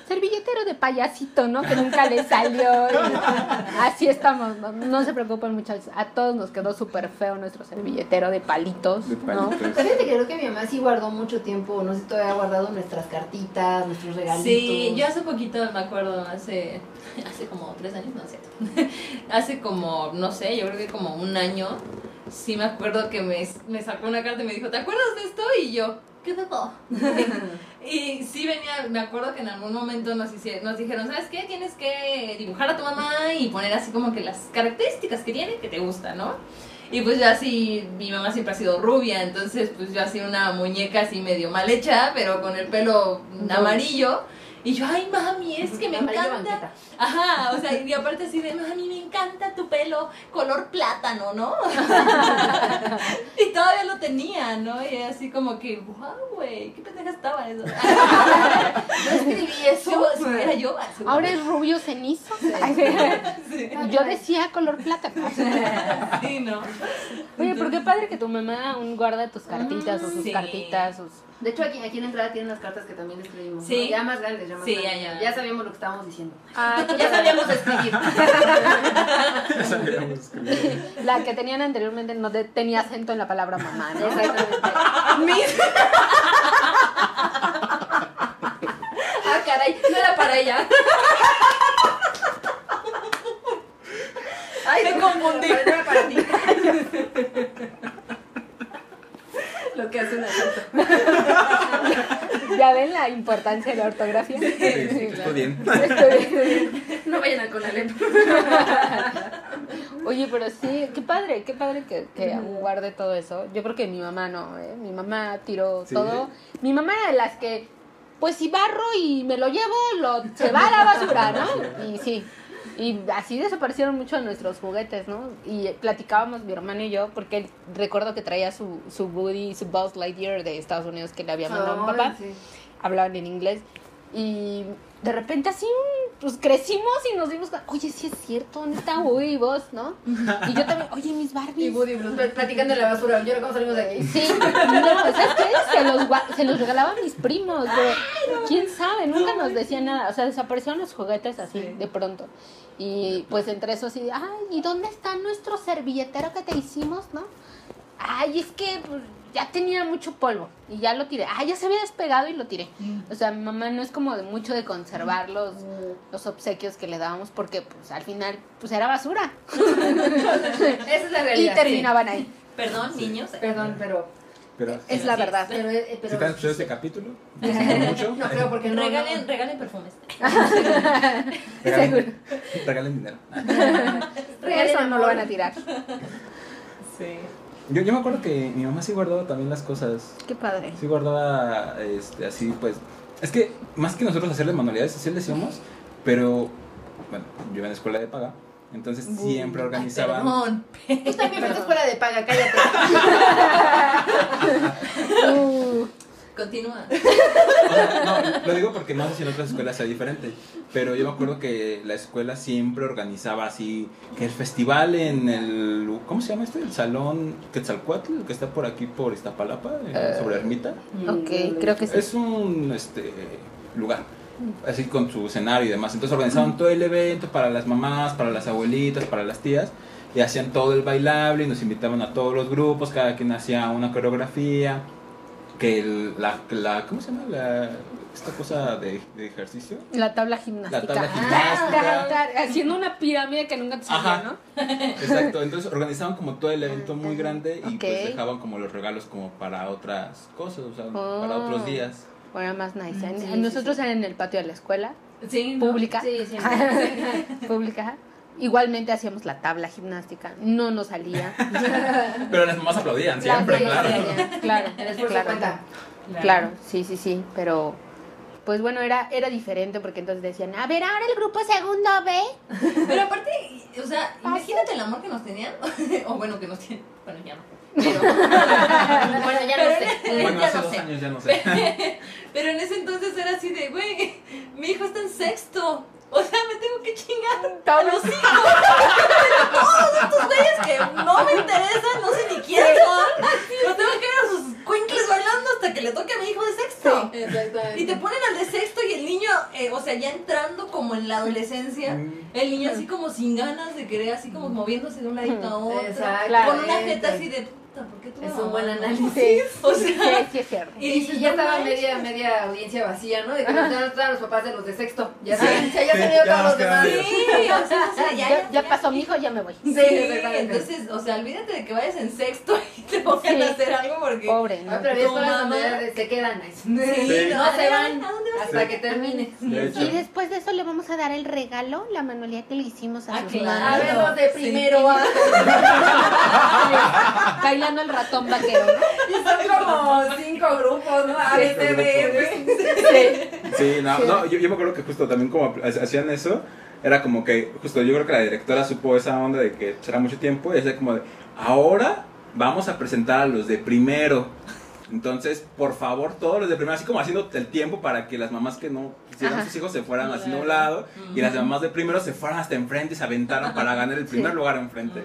Speaker 2: Servilletero de payasito, ¿no? Que nunca le salió. Y Así estamos, ¿no? No se preocupen muchachos. A todos nos quedó súper feo nuestro servilletero de palitos,
Speaker 3: De
Speaker 2: ¿no?
Speaker 3: palitos.
Speaker 6: Fíjate que creo que mi mamá sí guardó mucho tiempo, no sé si todavía ha guardado nuestras cartitas, nuestros regalitos.
Speaker 5: Sí, yo hace poquito me acuerdo, hace, hace como tres años, no es cierto. hace como, no sé, yo creo que como un año, sí me acuerdo que me, me sacó una carta y me dijo, ¿te acuerdas de esto? Y yo, ¿qué pedo? y sí venía, me acuerdo que en algún momento nos, hicie- nos dijeron, ¿sabes qué? Tienes que dibujar a tu mamá y poner así como que las características que tiene que te gusta, ¿no? Y pues yo así, mi mamá siempre ha sido rubia, entonces pues yo así una muñeca así medio mal hecha, pero con el pelo amarillo. Y yo, ay mami, es que me
Speaker 6: Amarillo
Speaker 5: encanta.
Speaker 6: banqueta.
Speaker 5: Ajá, o sea, y aparte así de, mami, me encanta tu pelo color plátano, ¿no? y todavía lo tenía, ¿no? Y así como que, wow, güey, qué pendeja estaba eso.
Speaker 6: Yo escribí eso.
Speaker 5: Yo, si era yo, ah, seguro.
Speaker 2: Ahora es rubio cenizo.
Speaker 5: sí.
Speaker 2: Yo decía color plata.
Speaker 5: Sí, ¿no?
Speaker 2: Oye, pero qué padre que tu mamá aún guarda tus cartitas o sus
Speaker 5: Sí.
Speaker 2: cartitas. sus-
Speaker 6: De hecho, aquí, aquí en la entrada tienen las cartas que también le escribimos.
Speaker 5: Sí.
Speaker 6: ¿no? Ya más grandes, ya más
Speaker 5: Sí,
Speaker 6: grandes.
Speaker 5: ya, ya.
Speaker 6: sabíamos lo que estábamos diciendo.
Speaker 2: Ah,
Speaker 6: Ya sabíamos escribir.
Speaker 2: la que tenían anteriormente no de- tenía acento en la palabra mamá, ¿no?
Speaker 6: Exactamente. ah, caray, no era para ella. Ay,
Speaker 5: Me confundí.
Speaker 6: No era para ti.
Speaker 5: Lo que hace una
Speaker 2: ¿Ya ven la importancia de la ortografía?
Speaker 3: Estoy bien.
Speaker 6: No vayan al Conalep.
Speaker 2: Oye, pero sí, qué padre, qué padre que, que aún guarde todo eso. Yo creo que mi mamá no, ¿eh? Mi mamá tiró
Speaker 3: Sí.
Speaker 2: todo. Mi mamá era de las que, pues si barro y me lo llevo, lo, se va a la basura, ¿no? Y sí. Y así desaparecieron muchos nuestros juguetes, ¿no? Y platicábamos mi hermano y yo, porque él- recuerdo que traía su, su Woody, su Buzz Lightyear de Estados Unidos que le había mandado mi papá. Hablaban en inglés. Y de repente así un- pues crecimos y nos dimos cuenta, oye, sí es cierto, ¿dónde está Woody y vos, no? Y yo también, oye, mis Barbies.
Speaker 6: Y Woody Bruce platicando en la basura. Yo no cómo salimos de aquí.
Speaker 2: Sí, no, pues es que se los, gua- se los regalaban mis primos, pero quién sabe, nunca nos decían nada, o sea, desaparecieron los juguetes así
Speaker 5: Sí.
Speaker 2: de pronto. Y pues entre eso así, ay, ¿y dónde está nuestro servilletero que te hicimos, no? Ay, es que pues, ya tenía mucho polvo y ya lo tiré. Ay, ya se había despegado y lo tiré. O sea, mi mamá no es como de mucho de conservar los, los obsequios que le dábamos porque pues al final pues era basura
Speaker 6: Esa es la
Speaker 2: y
Speaker 6: realidad.
Speaker 2: terminaban ahí.
Speaker 5: Perdón, niños.
Speaker 6: Sí. Perdón, pero.
Speaker 3: Pero
Speaker 2: Es la
Speaker 5: Así es.
Speaker 2: verdad.
Speaker 6: pero, eh, pero
Speaker 3: si te han escuchado este capítulo, no sé mucho.
Speaker 6: No creo porque no.
Speaker 5: Regalen, regalen perfumes.
Speaker 3: regalen, regalen dinero.
Speaker 2: Eso no lo van a tirar.
Speaker 5: Sí.
Speaker 3: Yo, yo me acuerdo que mi mamá sí guardaba también las cosas.
Speaker 2: Qué padre.
Speaker 3: Sí guardaba este, así, pues. Es que más que nosotros hacerle manualidades, sí le hacíamos, pero bueno, yo iba en escuela de paga, entonces siempre organizaban.
Speaker 5: Perdón.
Speaker 6: Tú también estás fuera de paga, cállate.
Speaker 2: Uh,
Speaker 5: Continúa.
Speaker 3: O sea, no, lo digo porque no sé si en otras escuelas sea diferente, pero yo me acuerdo que la escuela siempre organizaba así, que el festival en el, ¿cómo se llama este? El salón Quetzalcoatl, el que está por aquí, por Iztapalapa, eh, sobre Ermita.
Speaker 2: ok, creo que sí.
Speaker 3: Es un este, lugar, así con su escenario y demás. Entonces organizaban todo el evento para las mamás, para las abuelitas, para las tías. Y hacían todo el bailable y nos invitaban a todos los grupos, cada quien hacía una coreografía. Que el- la, la- ¿cómo se llama? La- esta cosa de, de ejercicio.
Speaker 2: La tabla gimnástica.
Speaker 3: La tabla
Speaker 2: Ah,
Speaker 3: gimnástica.
Speaker 2: ta- ta- haciendo una pirámide que nunca te
Speaker 3: Ajá.
Speaker 2: salió, ¿no?
Speaker 3: Exacto, entonces organizaban como todo el evento muy grande y
Speaker 2: Ok.
Speaker 3: pues dejaban como los regalos como para otras cosas, o sea, para
Speaker 2: Oh.
Speaker 3: otros días.
Speaker 2: o era más nice. ¿eh? En-
Speaker 5: Sí,
Speaker 2: en
Speaker 5: sí,
Speaker 2: nosotros eran en el patio de la escuela,
Speaker 5: Sí, ¿no?
Speaker 2: pública.
Speaker 6: Sí, siempre.
Speaker 2: pública. Igualmente hacíamos la tabla gimnástica, no nos salía.
Speaker 3: Pero las mamás aplaudían siempre,
Speaker 6: Las
Speaker 3: claro.
Speaker 6: aplaudían.
Speaker 2: Claro,
Speaker 6: El esfuerzo
Speaker 2: claro.
Speaker 6: cuenta.
Speaker 2: Claro, sí, sí, sí, pero pues bueno, era era diferente porque entonces decían, "A ver, ahora el grupo segundo B."
Speaker 5: Pero aparte, o sea, imagínate el amor que nos tenían. o bueno, que nos tienen. Bueno, ya no. Pero,
Speaker 6: Bueno, ya
Speaker 5: Pero
Speaker 6: no sé.
Speaker 3: Bueno,
Speaker 5: Ya
Speaker 3: hace
Speaker 5: no
Speaker 3: dos
Speaker 5: sé.
Speaker 3: años ya no sé.
Speaker 5: pero en ese entonces era así de, güey, mi hijo está en sexto. O sea, me tengo que chingar a los hijos. Todos estos güeyes que no me interesan, no sé ni quiénes son. Lo tengo que ver a sus cuincles bailando hasta que le toque a mi hijo de sexto.
Speaker 6: Exactamente.
Speaker 5: Y te ponen al de sexto y el niño, eh, o sea, ya entrando como en la adolescencia,
Speaker 3: Mm.
Speaker 5: el niño así como sin ganas de querer, así como moviéndose de un ladito a otro.
Speaker 6: Mm, Exactamente.
Speaker 5: Con una jeta así de puta, ¿por qué tú me
Speaker 6: Es un
Speaker 5: mamas,
Speaker 6: buen
Speaker 5: no?"
Speaker 6: análisis.
Speaker 2: Sí,
Speaker 5: O
Speaker 2: sí,
Speaker 5: sea,
Speaker 2: sí es cierto.
Speaker 5: y
Speaker 6: Y,
Speaker 5: dices,
Speaker 6: ya
Speaker 5: "No
Speaker 6: estaba
Speaker 5: manches".
Speaker 6: media, media audiencia vacía, ¿no? De que no estaban los papás de los de sexto. Ya saben, ya, ya
Speaker 3: Sí,
Speaker 6: se
Speaker 3: ya
Speaker 6: vio todos los
Speaker 3: nos quedan
Speaker 6: demás.
Speaker 5: Sí, o sea, o sea, Ah, ya,
Speaker 2: Ya, ya pasó mi hijo, ya me voy.
Speaker 5: Sí,
Speaker 6: exactamente.
Speaker 5: entonces, o sea, olvídate de que vayas en sexto y te pongan
Speaker 2: Sí.
Speaker 5: a hacer algo porque.
Speaker 2: Pobre,
Speaker 6: Ah,
Speaker 2: ¿no?
Speaker 6: pero había
Speaker 5: Tu
Speaker 6: escuelas donde
Speaker 5: mamá.
Speaker 6: era de- se quedan. ay,
Speaker 5: Sí,
Speaker 3: Sí.
Speaker 6: No se
Speaker 5: ¿a
Speaker 6: van
Speaker 5: dónde- a dónde vas?
Speaker 6: Hasta que termine.
Speaker 3: De hecho.
Speaker 2: Y después de eso le vamos a dar el regalo, la manualidad que le hicimos a
Speaker 5: Ah,
Speaker 2: sus
Speaker 5: claro.
Speaker 2: manos.
Speaker 6: A ver, los de
Speaker 5: Sí.
Speaker 6: primero ah. A.
Speaker 2: Bailando el ratón vaquero. ¿no?
Speaker 6: Y son como cinco grupos, ¿no? A, B, C, D, F.
Speaker 3: Sí, no, no yo, yo me acuerdo que justo también como ha- hacían eso, era como que, justo yo creo que la directora supo esa onda de que será mucho tiempo, y es como de, ahora vamos a presentar a los de primero. Entonces, por favor, todos los de primero, así como haciendo el tiempo para que las mamás que no quisieran
Speaker 2: Ajá.
Speaker 3: sus hijos se fueran haciendo a un
Speaker 5: Claro.
Speaker 3: lado y las mamás de primero se fueran hasta enfrente y se aventaron para ganar el primer lugar enfrente.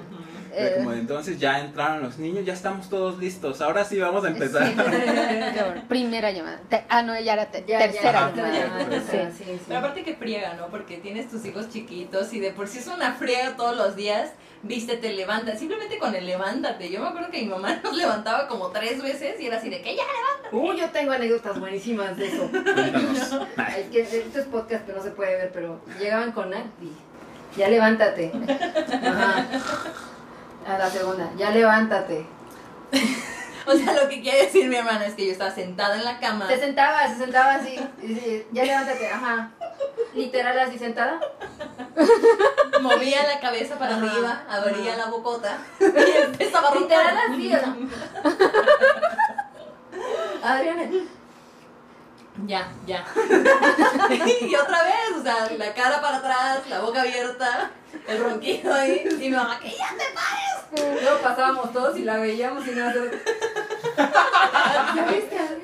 Speaker 3: Era
Speaker 2: Eh.
Speaker 3: como de, entonces ya entraron los niños, ya estamos todos listos, ahora sí vamos a empezar.
Speaker 2: Qué bueno. Primera llamada. Te- ah, no, ella era te-
Speaker 6: Ya, ya,
Speaker 2: tercera
Speaker 6: ya,
Speaker 2: llamada.
Speaker 6: ya, ya,
Speaker 2: Sí.
Speaker 6: sí, sí.
Speaker 5: Pero aparte que friega, ¿no? Porque tienes tus hijos chiquitos y de por sí es una friega todos los días. Vístete, levanta. Simplemente con el levántate. Yo me acuerdo que mi mamá nos levantaba como tres veces y era así de que ya.
Speaker 6: Uy, yo tengo anécdotas buenísimas de eso.
Speaker 3: Cuéntanos.
Speaker 6: Es que esto es podcast que no se puede ver, pero llegaban con Nat y ya levántate. Ajá. A la segunda, ya levántate.
Speaker 5: O sea, lo que quiere decir mi hermana es que yo estaba sentada en la cama.
Speaker 6: Se sentaba, se sentaba así. y dice, ya levántate, ajá. Literal así sentada.
Speaker 5: Movía la cabeza para
Speaker 6: Ajá,
Speaker 5: arriba, abría
Speaker 6: ajá.
Speaker 5: la bocota y empezaba a
Speaker 6: Literal
Speaker 5: roncar.
Speaker 6: así. o sea. Adriana.
Speaker 5: Ya, ya. y otra vez, o sea, la cara para atrás, la boca abierta, el ronquido ahí. Y mi mamá, que ya te
Speaker 6: Luego pasábamos todos y la veíamos y nada. ¿Ya viste, Adriana?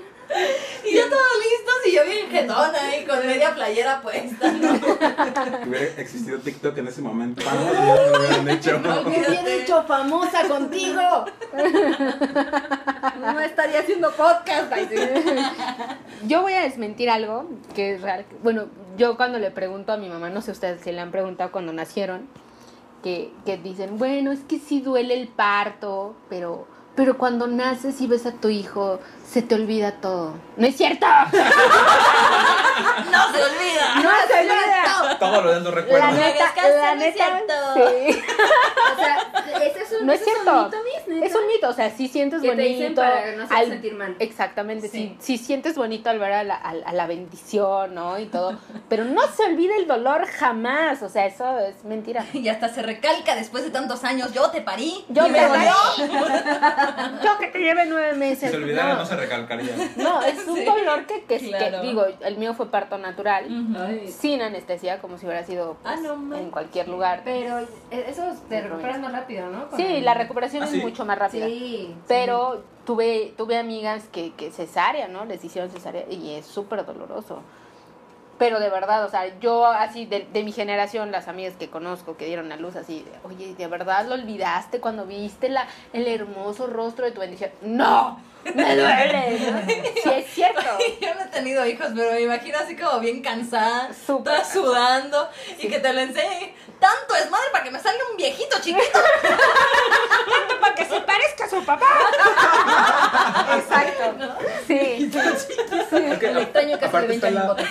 Speaker 5: Y ya todos listos y yo bien jetona ahí con media playera puesta. ¿no?
Speaker 3: Si hubiera existido TikTok en ese momento, vamos, ya lo hubieran hecho.
Speaker 5: No,
Speaker 6: Me hubiera hecho famosa contigo. No estaría haciendo podcast. ay, sí.
Speaker 2: Yo voy a desmentir algo que es real. Bueno, yo cuando le pregunto a mi mamá, no sé ustedes si le han preguntado cuando nacieron, que, que dicen, bueno, es que sí duele el parto, pero, pero cuando naces y ves a tu hijo, se te olvida todo. ¡No es cierto!
Speaker 5: ¡No se olvida!
Speaker 2: ¡No se olvida!
Speaker 3: Todo lo demás no recuerdo.
Speaker 2: La neta,
Speaker 5: descansa,
Speaker 2: la
Speaker 5: no es
Speaker 2: neta,
Speaker 5: cierto.
Speaker 2: sí.
Speaker 6: O sea, ese es un,
Speaker 2: No es
Speaker 6: ese
Speaker 2: cierto.
Speaker 6: un mito, mis, neta.
Speaker 2: Es un mito, o sea, si sientes
Speaker 6: que
Speaker 2: bonito.
Speaker 6: te dicen para no hacer
Speaker 2: al-
Speaker 6: sentir mal.
Speaker 2: Exactamente,
Speaker 5: Sí.
Speaker 2: si, si sientes bonito al ver a la, a la- a la bendición, ¿no? Y todo. Pero no se olvida el dolor jamás, o sea, eso es mentira.
Speaker 5: Y hasta se recalca después de tantos años, yo te parí.
Speaker 2: Yo
Speaker 5: y
Speaker 2: te
Speaker 5: dolió.
Speaker 2: Yo que te lleve nueve
Speaker 3: Si
Speaker 2: meses.
Speaker 3: se olvidara,
Speaker 2: no.
Speaker 3: no, se recalcaría.
Speaker 2: No, es un
Speaker 5: Sí,
Speaker 2: dolor que, que, que
Speaker 5: claro. Mm.
Speaker 2: digo, el mío fue parto natural,
Speaker 6: Ay.
Speaker 2: sin anestesia, como si hubiera sido
Speaker 5: Ah,
Speaker 2: pues,
Speaker 5: no manches.
Speaker 2: en cualquier lugar.
Speaker 6: Pero
Speaker 4: e-,
Speaker 6: eso te recuperas más rápido, ¿no? Con
Speaker 2: Sí,
Speaker 6: el-
Speaker 2: la recuperación
Speaker 3: Ah,
Speaker 2: es
Speaker 3: sí.
Speaker 2: mucho más rápida.
Speaker 6: Sí.
Speaker 2: Pero tuve, tuve amigas que, que cesárea, ¿no? Les hicieron cesárea y es súper doloroso. Pero de verdad, o sea, yo así de, de mi generación, las amigas que conozco que dieron a luz así, de, oye, ¿de verdad lo olvidaste cuando viste la, el hermoso rostro de tu bendición? ¡No! ¡Me duele! ¿no? Sí, es cierto.
Speaker 5: Yo no he tenido hijos, pero me imagino así como bien cansada,
Speaker 2: Súper
Speaker 5: toda sudando y que te lo enseñe. Tanto es madre para que me salga un viejito chiquito.
Speaker 2: Para que se parezca a su papá. Exacto. Sí.
Speaker 3: Es que,
Speaker 6: Lo extraño que hace
Speaker 3: aparte
Speaker 6: 20
Speaker 3: está
Speaker 6: años
Speaker 3: la,
Speaker 6: votar.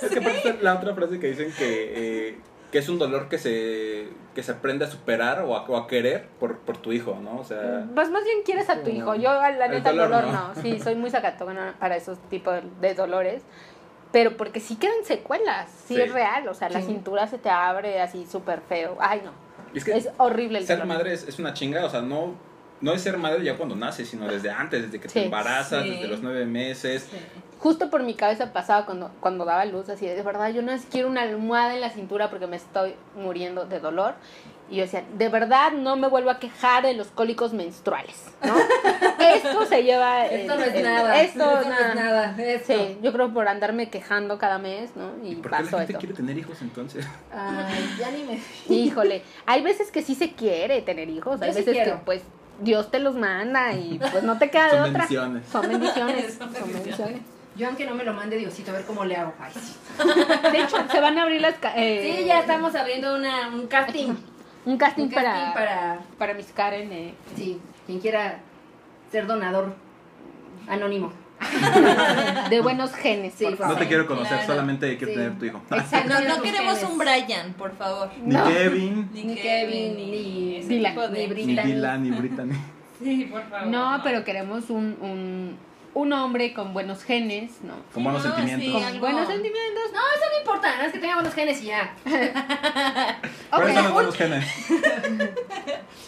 Speaker 3: es que aparte está la otra frase que dicen que eh, que es un dolor que se, que se aprende a superar o a, o a querer por, por tu hijo, ¿no? O sea,
Speaker 2: Pues más bien quieres a tu hijo. Yo, la
Speaker 3: El
Speaker 2: neta, el
Speaker 3: dolor
Speaker 2: dolor no.
Speaker 3: no.
Speaker 2: Sí, soy muy sacatona para esos tipos de dolores. Pero porque sí quedan secuelas. Sí,
Speaker 3: Sí.
Speaker 2: es real. O sea, la
Speaker 5: Sí.
Speaker 2: cintura se te abre así súper feo. Ay, no.
Speaker 3: es que
Speaker 2: Es horrible el
Speaker 3: ser
Speaker 2: dolor.
Speaker 3: madre es, es una chinga, o sea, no, no es ser madre ya cuando naces, sino desde antes, desde que
Speaker 2: Sí.
Speaker 3: te embarazas,
Speaker 5: Sí.
Speaker 3: desde los nueve meses.
Speaker 2: Justo por mi cabeza pasaba cuando, cuando daba luz, así de verdad, yo no es quiero una almohada en la cintura porque me estoy muriendo de dolor. Y yo decía, de verdad no me vuelvo a quejar de los cólicos menstruales, ¿no? esto se lleva...
Speaker 4: Esto
Speaker 2: eh,
Speaker 4: no
Speaker 2: eh,
Speaker 4: es nada.
Speaker 2: Esto,
Speaker 4: no es nada. Esto.
Speaker 2: Sí, yo creo por andarme quejando cada mes, ¿no? Y,
Speaker 3: ¿Y por qué la
Speaker 2: paso
Speaker 3: gente
Speaker 2: esto.
Speaker 3: quiere tener hijos entonces?
Speaker 6: Ay, ya ni me.
Speaker 2: Híjole, hay veces que sí se quiere tener hijos, hay
Speaker 4: Yo sí
Speaker 2: veces que
Speaker 4: quiero.
Speaker 2: pues Dios te los manda y pues no te queda de
Speaker 3: Son
Speaker 2: otra.
Speaker 3: bendiciones.
Speaker 2: Son bendiciones.
Speaker 5: Son
Speaker 2: Son bendiciones.
Speaker 4: Yo aunque no me lo mande Diosito, a ver cómo le hago. Ay, sí.
Speaker 2: De hecho, se van a abrir las... ca- eh,
Speaker 4: Sí, ya estamos abriendo una, un casting.
Speaker 2: Un casting,
Speaker 4: Un casting
Speaker 2: para, para
Speaker 4: para...
Speaker 2: mis Karen. eh.
Speaker 4: Sí, quien quiera ser donador anónimo.
Speaker 2: De buenos genes,
Speaker 4: Sí,
Speaker 2: por
Speaker 3: No
Speaker 2: favor.
Speaker 3: te quiero conocer,
Speaker 5: Claro.
Speaker 3: solamente quiero
Speaker 4: Sí.
Speaker 3: tener tu hijo.
Speaker 2: Exacto.
Speaker 5: No, no queremos un Brian, por favor.
Speaker 3: Ni
Speaker 2: No.
Speaker 3: Kevin,
Speaker 4: Ni Kevin, ni
Speaker 5: ese
Speaker 2: Dylan,
Speaker 5: tipo de-
Speaker 3: ni
Speaker 4: ni Brittany.
Speaker 3: Dylan, ni Brittany.
Speaker 5: Sí, por favor.
Speaker 2: No, pero queremos un, un, un hombre con buenos genes, ¿no?
Speaker 3: Con buenos
Speaker 5: No,
Speaker 3: sentimientos.
Speaker 5: sí,
Speaker 2: Con
Speaker 5: algo.
Speaker 2: buenos sentimientos.
Speaker 4: No, eso no importa, nada más que tenga buenos genes y ya.
Speaker 3: Por eso
Speaker 2: Ok,
Speaker 3: nos buenos genes.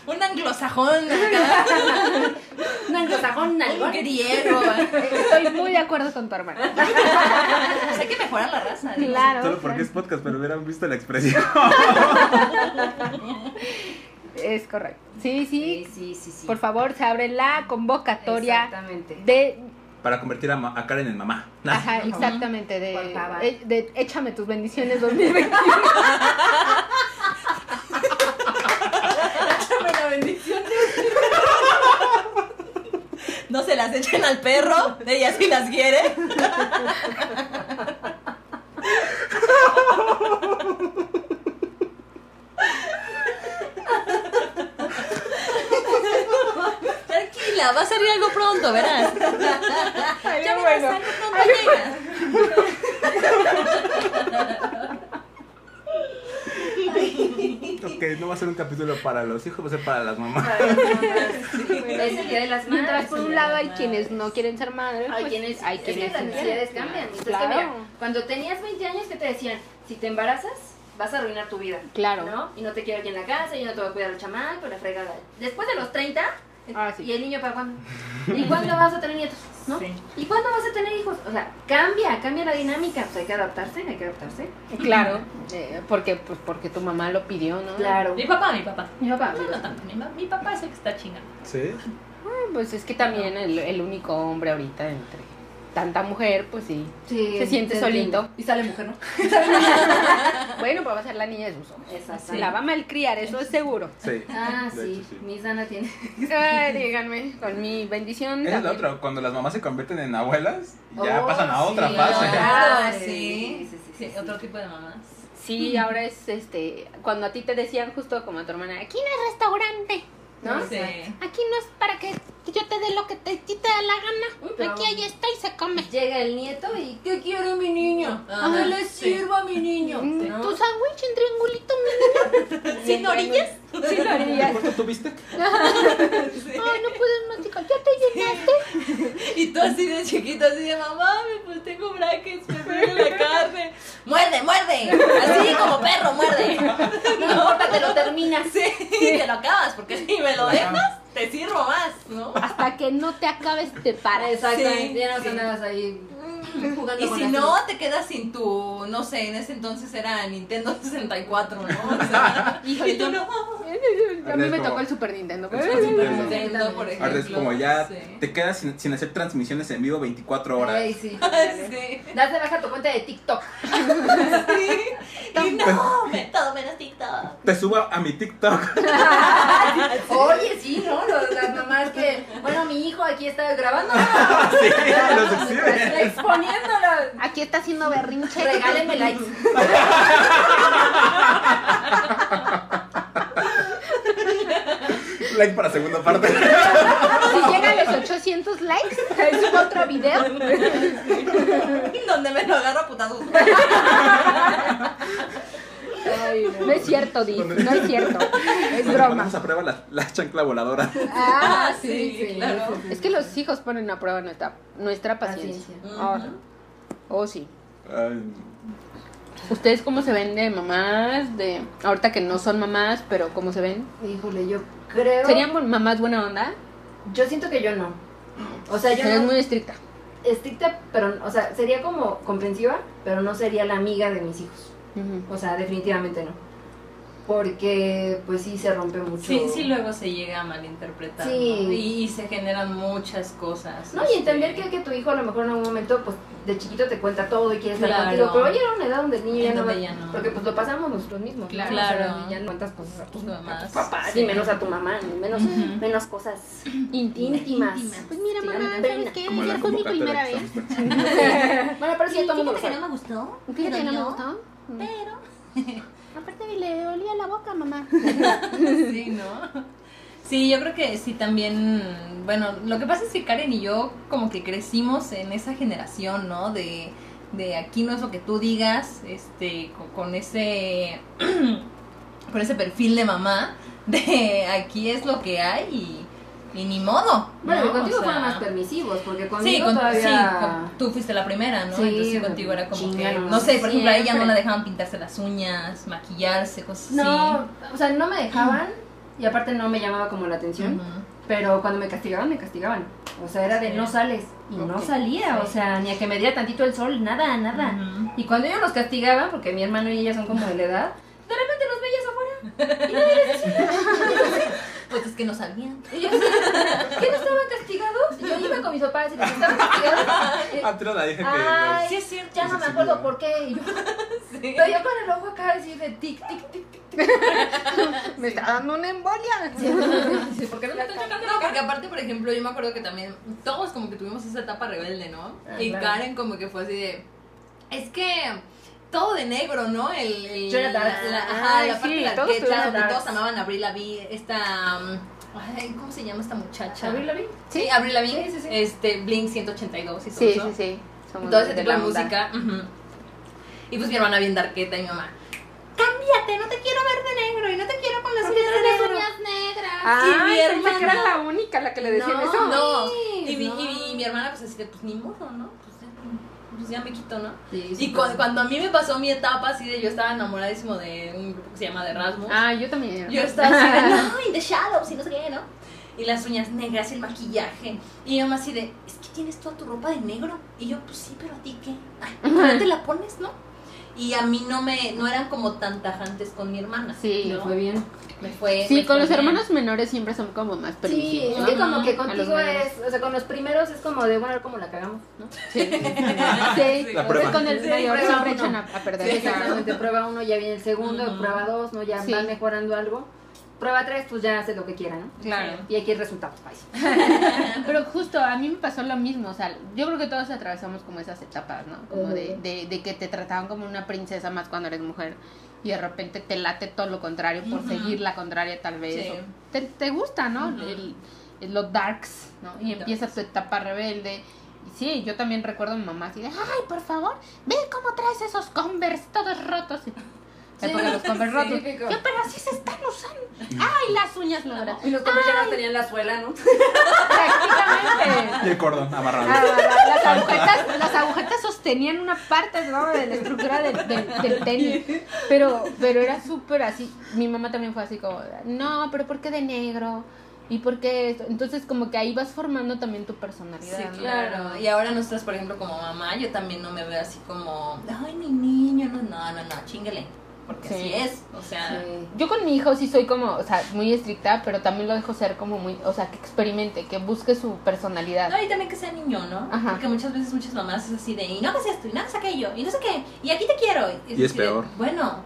Speaker 5: Un anglosajón,
Speaker 4: Un anglosajón,
Speaker 5: un
Speaker 4: nalgón.
Speaker 5: griego.
Speaker 2: Estoy muy de acuerdo con tu hermana.
Speaker 5: O sea, Pues hay que mejorar la raza. ¿no?
Speaker 2: Claro.
Speaker 3: Solo porque es
Speaker 2: claro.
Speaker 3: podcast, pero hubieran visto la expresión.
Speaker 2: es... correcto. Sí, sí.
Speaker 4: Sí, sí, sí, sí.
Speaker 2: Por favor, se abre la convocatoria
Speaker 4: Exactamente.
Speaker 2: de...
Speaker 3: Para convertir a, ma- a Karen en mamá. Nah.
Speaker 2: Ajá, exactamente, de,
Speaker 4: Por favor.
Speaker 2: eh, de Échame tus bendiciones 2020.
Speaker 5: Échame la bendición. No se las echen al perro, ella sí las quiere. Tranquila, va a salir algo pronto, verás. Ya verás,
Speaker 2: bueno.
Speaker 5: algo pronto llega.
Speaker 3: Ok, no va a ser un capítulo para los hijos, va a ser para las mamás.
Speaker 4: Es el día de las
Speaker 2: Mientras
Speaker 4: madres.
Speaker 2: por un lado hay quienes no quieren ser madres,
Speaker 4: Hay
Speaker 2: pues,
Speaker 4: quienes,
Speaker 2: hay
Speaker 4: es que
Speaker 2: quienes
Speaker 4: las
Speaker 2: sí
Speaker 4: necesidades
Speaker 2: quieren.
Speaker 4: cambian. Entonces,
Speaker 2: Claro.
Speaker 4: mira, cuando tenías 20 años, ¿qué te decían? Si te embarazas, vas a arruinar tu vida.
Speaker 2: Claro.
Speaker 4: ¿no? Y no te quiero aquí en la casa, y no te voy a cuidar el chamán, con la fregada. Después de los 30,
Speaker 2: Ah, sí.
Speaker 4: ¿y el niño para cuándo? ¿Y cuándo vas a tener nietos? ¿No?
Speaker 5: Sí.
Speaker 4: ¿Y cuándo vas a tener hijos? O sea, cambia, cambia la dinámica. Pues hay que adaptarse, hay que adaptarse.
Speaker 2: Claro, eh, porque pues porque tu mamá lo pidió, ¿no?
Speaker 4: Claro.
Speaker 5: Mi papá, mi papá.
Speaker 4: Mi papá.
Speaker 5: No, no tanto. Mi, ma- mi papá es el que está chingando.
Speaker 3: Sí.
Speaker 2: Mm, Pues es que también el, el único hombre ahorita entre tanta mujer, pues sí.
Speaker 4: Sí,
Speaker 2: Se siente
Speaker 4: entiende.
Speaker 2: solito.
Speaker 4: Y sale mujer, ¿no?
Speaker 2: Bueno, pues va a ser la niña de sus ojos.
Speaker 4: Exacto.
Speaker 2: La va a malcriar, eso es seguro.
Speaker 3: Sí.
Speaker 4: Ah,
Speaker 3: De
Speaker 4: sí.
Speaker 3: hecho, sí.
Speaker 4: Mi sana tiene.
Speaker 2: Ay, díganme, con mi bendición.
Speaker 3: Esa es la
Speaker 2: también.
Speaker 3: otra, cuando las mamás se convierten en abuelas, ya pasan a
Speaker 4: Oh,
Speaker 3: otra
Speaker 4: sí,
Speaker 3: fase.
Speaker 5: Claro,
Speaker 4: sí,
Speaker 5: Ah, sí.
Speaker 4: sí, sí,
Speaker 5: Sí,
Speaker 4: sí,
Speaker 5: Otro
Speaker 4: sí.
Speaker 5: tipo de mamás.
Speaker 2: Sí, ahora es este, cuando a ti te decían justo como a tu hermana, aquí no es restaurante, ¿no?
Speaker 5: Sí.
Speaker 2: Aquí no es para que yo te dé lo que te, a ti te da la gana.
Speaker 4: Uy, pero-
Speaker 2: Aquí ahí está y se come.
Speaker 4: Llega el nieto y ¿qué quiere mi niño?
Speaker 5: Ah,
Speaker 4: ¿Qué le
Speaker 5: sí.
Speaker 4: sirvo a mi niño?
Speaker 2: Mm,
Speaker 4: ¿No?
Speaker 2: Tu sándwich en triangulito,
Speaker 5: ¿Sin orillas?
Speaker 2: Sin
Speaker 3: ¿Qué
Speaker 2: orillas.
Speaker 3: corto tuviste?
Speaker 2: Ay, no puedes masticar. Ya te llenaste.
Speaker 5: Y tú así de chiquito, así de mamá, me- pues tengo brackets, me duele la carne. ¡Muerde, muerde! Así como perro, muerde.
Speaker 4: No importa, te lo terminas.
Speaker 5: Sí, te lo acabas, porque si me lo dejas, te sirvo más, ¿no?
Speaker 2: Hasta que no te acabes, te paras.
Speaker 4: Exactamente,
Speaker 5: Sí,
Speaker 4: ya no
Speaker 5: sí.
Speaker 4: andabas ahí jugando
Speaker 5: Y
Speaker 4: con
Speaker 5: si
Speaker 4: las
Speaker 5: no, te quedas sin tu, no sé, en ese entonces era Nintendo 64, ¿no? O sea,
Speaker 2: Híjole,
Speaker 5: y tú
Speaker 2: yo-
Speaker 5: no,
Speaker 2: A mí me tocó el Super Nintendo.
Speaker 3: El Super Nintendo.
Speaker 5: Nintendo, por ejemplo.
Speaker 3: Ahora Ah, es como ya
Speaker 5: Sí.
Speaker 3: te quedas sin, sin hacer transmisiones en vivo 24 horas.
Speaker 4: Ay, sí.
Speaker 5: Sí.
Speaker 4: Das de baja tu cuenta de TikTok.
Speaker 5: Y no, me- todo menos TikTok.
Speaker 3: Te subo a mi TikTok.
Speaker 4: Oye, sí, ¿no? Los- Las mamás que, bueno, mi hijo aquí está grabando,
Speaker 3: sí, los exhibes.
Speaker 4: está exponiéndola.
Speaker 2: Aquí está haciendo berrinche.
Speaker 4: Regálenme likes.
Speaker 3: Like para segunda parte.
Speaker 2: Si llegan los 800 likes, subo otro video.
Speaker 5: Donde me lo agarro a putazos.
Speaker 4: Ay, no.
Speaker 2: No es cierto, Di, no es cierto. Es
Speaker 3: Cuando
Speaker 2: broma.
Speaker 3: ponemos a prueba la, la chancla voladora.
Speaker 2: Ah,
Speaker 5: Ah, sí, claro.
Speaker 2: es que los hijos ponen a prueba nuestra, nuestra paciencia.
Speaker 5: Paciencia.
Speaker 2: Ahora. Oh, sí.
Speaker 3: Ay,
Speaker 2: ¿Ustedes cómo se ven de mamás? De ahorita que no son mamás, pero cómo se ven?
Speaker 6: Híjole, yo creo.
Speaker 2: ¿Serían bu- mamás buena onda?
Speaker 6: Yo siento que yo no. O sea, yo
Speaker 2: Serías
Speaker 6: no-
Speaker 2: muy estricta.
Speaker 6: estricta, pero, o sea, sería como comprensiva, pero no sería la amiga de mis hijos.
Speaker 2: Ujú.
Speaker 6: O sea, definitivamente no. Porque, pues sí, se rompe mucho.
Speaker 5: Sí, sí, luego se llega a malinterpretar.
Speaker 6: Sí.
Speaker 5: ¿no? Y, y se generan muchas cosas. este,
Speaker 6: No, y entender que, que tu hijo a lo mejor en algún momento, pues de chiquito te cuenta todo y quiere estar
Speaker 5: Claro.
Speaker 6: contigo, pero ya era una edad donde el niño ya no,
Speaker 5: Donde
Speaker 6: va-
Speaker 5: ya no.
Speaker 6: Porque pues lo pasamos nosotros mismos.
Speaker 5: Claro.
Speaker 6: ¿no? O sea,
Speaker 5: Claro.
Speaker 6: ya no cuentas cosas a tus,
Speaker 5: Tus
Speaker 6: a tus
Speaker 5: mamás,
Speaker 6: papás,
Speaker 5: sí.
Speaker 6: ni menos a tu mamá, ni menos,
Speaker 5: Ujú.
Speaker 6: menos cosas
Speaker 2: Íntima.
Speaker 6: íntimas.
Speaker 2: Pues mira,
Speaker 6: Sí,
Speaker 2: mamá,
Speaker 6: dan
Speaker 2: ¿sabes
Speaker 6: pena.
Speaker 2: qué?
Speaker 3: como la
Speaker 2: Ayer fue mi primera
Speaker 3: convocatoria que
Speaker 2: vez.
Speaker 3: estamos poniendo.
Speaker 6: Bueno, pero sí,
Speaker 2: Sí,
Speaker 6: todo el mundo lo
Speaker 2: fíjate
Speaker 6: sabe.
Speaker 5: me gustó.
Speaker 2: Fíjate, no me gustó. Pero. Aparte le olía la boca, mamá.
Speaker 5: Sí, ¿no? Sí, yo creo que sí también, bueno, lo que pasa es que Karen y yo como que crecimos en esa generación, ¿no? De, de aquí no es lo que tú digas, este, co- con, ese, con ese perfil de mamá, de aquí es lo que hay y, y ni modo.
Speaker 6: Bueno,
Speaker 5: ¿no?
Speaker 6: contigo
Speaker 5: O sea,
Speaker 6: fueron más permisivos, porque conmigo
Speaker 5: Sí, con- sí,
Speaker 6: todavía...
Speaker 5: con- tú fuiste la primera, ¿no?
Speaker 6: Sí,
Speaker 5: Entonces sí, contigo era como que,
Speaker 6: chingaron.
Speaker 5: no sé, por ejemplo, a ella no
Speaker 6: Siempre.
Speaker 5: la dejaban pintarse las uñas, maquillarse, cosas
Speaker 6: No,
Speaker 5: así. Mm.
Speaker 6: o sea, no me dejaban y aparte no me llamaba como la atención,
Speaker 5: Ujú.
Speaker 6: pero cuando me castigaban, me castigaban. O sea, era de
Speaker 5: Sí.
Speaker 6: no sales y no
Speaker 5: Ok,
Speaker 6: salía,
Speaker 5: sí.
Speaker 6: o sea, ni a que me diera tantito el sol, nada, nada.
Speaker 5: Ujú.
Speaker 6: Y cuando ellos los castigaban, porque mi hermano y ella son como de la edad, de repente los veías afuera y nadie les decía
Speaker 5: Pues es que no sabían.
Speaker 6: Y yo decía, ¿qué no estaban castigados? Y yo iba con mis papás y les estaban castigados. Y-
Speaker 3: Ah, tú eras la dije que.
Speaker 6: Ay,
Speaker 3: los-
Speaker 5: es cierto.
Speaker 6: ya no me acuerdo por qué. Y yo, pero yo con el ojo acá así de tic, tic, tic, tic.
Speaker 2: Me está dando una embolia.
Speaker 6: Sí, ¿Por qué no me tocan?
Speaker 5: No, porque aparte, por ejemplo, yo me acuerdo que también todos como que tuvimos esa etapa rebelde, ¿no?
Speaker 6: Ah,
Speaker 5: Y
Speaker 6: claro.
Speaker 5: Karen como que fue así de... Es que todo de negro, ¿no? El, el-
Speaker 6: Yo era
Speaker 5: la,
Speaker 6: dark.
Speaker 5: la- ajá,
Speaker 2: Ay,
Speaker 5: la parte
Speaker 2: sí,
Speaker 5: de la
Speaker 2: todos
Speaker 5: teta,
Speaker 2: tuvieron
Speaker 5: porque
Speaker 6: darks.
Speaker 5: todos amaban a Abril Lavigne, esta... um, ay, ¿Cómo se llama esta muchacha?
Speaker 6: ¿Abril Lavigne?
Speaker 5: Sí, Abril Lavigne,
Speaker 6: Sí, sí, sí.
Speaker 5: este, Blink 182 y todo
Speaker 2: Sí,
Speaker 5: eso.
Speaker 2: sí, sí. Somos
Speaker 5: todo ese
Speaker 2: de
Speaker 5: tipo de
Speaker 2: la onda.
Speaker 5: música. ujú. Y pues mi hermana bien darqueta y mi mamá. Cámbiate, no te quiero ver de negro y no te quiero con las uñas, negras.
Speaker 2: Ay,
Speaker 5: y mi
Speaker 2: pensé
Speaker 5: hermana.
Speaker 2: que era la única a la que Ah, le decían eso.
Speaker 5: no. Y, mi,
Speaker 6: no.
Speaker 5: y mi- mi hermana pues así de, pues ni modo, ¿no? Pues ya, pues, ya me quito, ¿no?
Speaker 6: Sí,
Speaker 5: Y cu- cuando a mí me pasó mi etapa así de yo estaba enamoradísimo de un grupo que se llama The Rasmus.
Speaker 2: Ah, yo también.
Speaker 5: Yo estaba así de, no, in the shadows y no sé qué, ¿no? Y las uñas negras, el maquillaje. Y mi mamá así de, es que tienes toda tu ropa de negro. Y yo, pues sí, pero a ti qué. Ay, ¿No te la pones, no? Y a mí no me, no eran como tan tajantes con mi hermana.
Speaker 2: Sí,
Speaker 5: ¿no?
Speaker 6: fue bien.
Speaker 5: me fue.
Speaker 2: Sí,
Speaker 5: me
Speaker 2: con
Speaker 5: fue
Speaker 2: los
Speaker 5: bien.
Speaker 2: hermanos menores siempre son como más
Speaker 6: Sí,
Speaker 2: permisivos.
Speaker 6: es
Speaker 2: ¿no?
Speaker 6: que como que
Speaker 2: Ajá, a los
Speaker 6: contigo
Speaker 2: menores.
Speaker 6: es, o sea, con los primeros es como de, bueno, como la cagamos, ¿no?
Speaker 2: Sí,
Speaker 5: Sí.
Speaker 3: La
Speaker 2: Porque
Speaker 3: prueba.
Speaker 2: con el
Speaker 6: Sí,
Speaker 2: mayor
Speaker 6: prueba
Speaker 2: siempre
Speaker 6: uno.
Speaker 2: echan a, a perder.
Speaker 5: Sí,
Speaker 6: Exactamente, prueba uno, ya viene el segundo,
Speaker 5: Ujú.
Speaker 6: prueba dos, ¿no? Ya
Speaker 2: Sí.
Speaker 6: van mejorando algo. Prueba tres, pues ya hace lo que quiera, ¿no?
Speaker 5: Claro.
Speaker 6: Y aquí el resultado, bye.
Speaker 2: Pero justo a mí me pasó lo mismo, o sea, yo creo que todos atravesamos como esas etapas, ¿no? Como de, de, de que te trataban como una princesa más cuando eres mujer y de repente te late todo lo contrario por
Speaker 5: Ujú.
Speaker 2: seguir la contraria tal vez.
Speaker 5: Sí.
Speaker 2: o te, te gusta, ¿no?
Speaker 5: Ujú.
Speaker 2: El- el- los darks, ¿no? Y
Speaker 5: Darks.
Speaker 2: empieza tu etapa rebelde. Y sí, yo también recuerdo a mi mamá así de, ay, por favor, ve cómo traes esos Converse todos rotos. La
Speaker 6: Sí,
Speaker 2: época de los Converse
Speaker 6: sí.
Speaker 2: rotos. Yo, pero así se están usando. Ay, las uñas negras.
Speaker 6: Y los compras ya no tenían la suela, ¿no?
Speaker 2: Prácticamente.
Speaker 3: Y el cordón amarrado.
Speaker 2: Ah, la- las, agujetas, las agujetas sostenían una parte ¿no? de la estructura del, del- del tenis. Pero, pero era súper así. Mi mamá también fue así como, no, pero ¿por qué de negro? ¿Y por qué esto? Entonces como que ahí vas formando también tu personalidad.
Speaker 5: Sí,
Speaker 2: ¿no?
Speaker 5: claro. Y ahora nosotras, por ejemplo, como mamá, yo también no me veo así como, ay, mi niño, no, no, no, no, chingale. Porque
Speaker 2: Sí.
Speaker 5: así es, o sea,
Speaker 2: Yo con mi hijo sí soy como, o sea, muy estricta, pero también lo dejo ser como muy, o sea, que experimente, que busque su personalidad.
Speaker 5: No, y también que sea niño, ¿no?
Speaker 2: Ajá.
Speaker 5: Porque muchas veces muchas mamás es así de, y no hagas esto, y no hagas aquello, y no sé qué, y aquí te quiero.
Speaker 3: Y es
Speaker 5: así de,
Speaker 3: peor.
Speaker 5: bueno,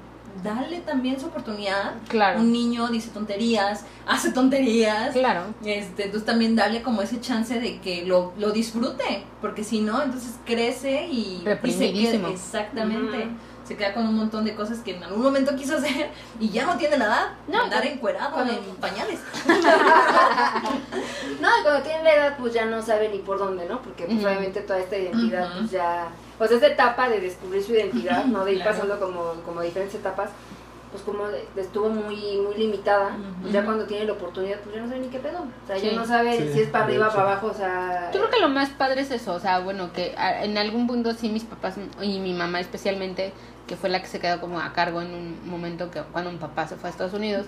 Speaker 5: dale también su oportunidad.
Speaker 2: Claro,
Speaker 5: Un niño dice tonterías, hace tonterías.
Speaker 2: claro.
Speaker 5: Este, entonces también dale como ese chance de que lo, lo disfrute, porque si no, entonces crece y, y se
Speaker 2: Reprimidísimo.
Speaker 5: queda, exactamente,
Speaker 6: Ujú.
Speaker 5: se queda con un montón de cosas que en algún momento quiso hacer y ya no tiene la edad,
Speaker 6: No,
Speaker 5: andar
Speaker 6: cuando-
Speaker 5: encuerado
Speaker 6: cuando-
Speaker 5: en pañales.
Speaker 6: No, y cuando tienen la edad, pues ya no saben ni por dónde, ¿no? Porque pues,
Speaker 2: Ujú.
Speaker 6: obviamente toda esta identidad,
Speaker 5: Ujú.
Speaker 6: pues ya. O sea, esta etapa de descubrir su identidad, ¿no? De ir
Speaker 5: Claro.
Speaker 6: pasando como, como diferentes etapas. pues como de- estuvo muy muy limitada,
Speaker 5: Ujú.
Speaker 6: pues ya cuando tiene la oportunidad, pues ya no sabe ni qué pedo. O sea,
Speaker 2: Sí.
Speaker 6: ya no sabe
Speaker 3: Sí,
Speaker 6: si es para
Speaker 3: de
Speaker 6: arriba,
Speaker 3: hecho.
Speaker 6: para abajo, o sea...
Speaker 2: Yo creo que lo más padre es eso, o sea, bueno, que a- en algún punto sí mis papás y mi mamá especialmente, que fue la que se quedó como a cargo en un momento que cuando mi papá se fue a Estados Unidos,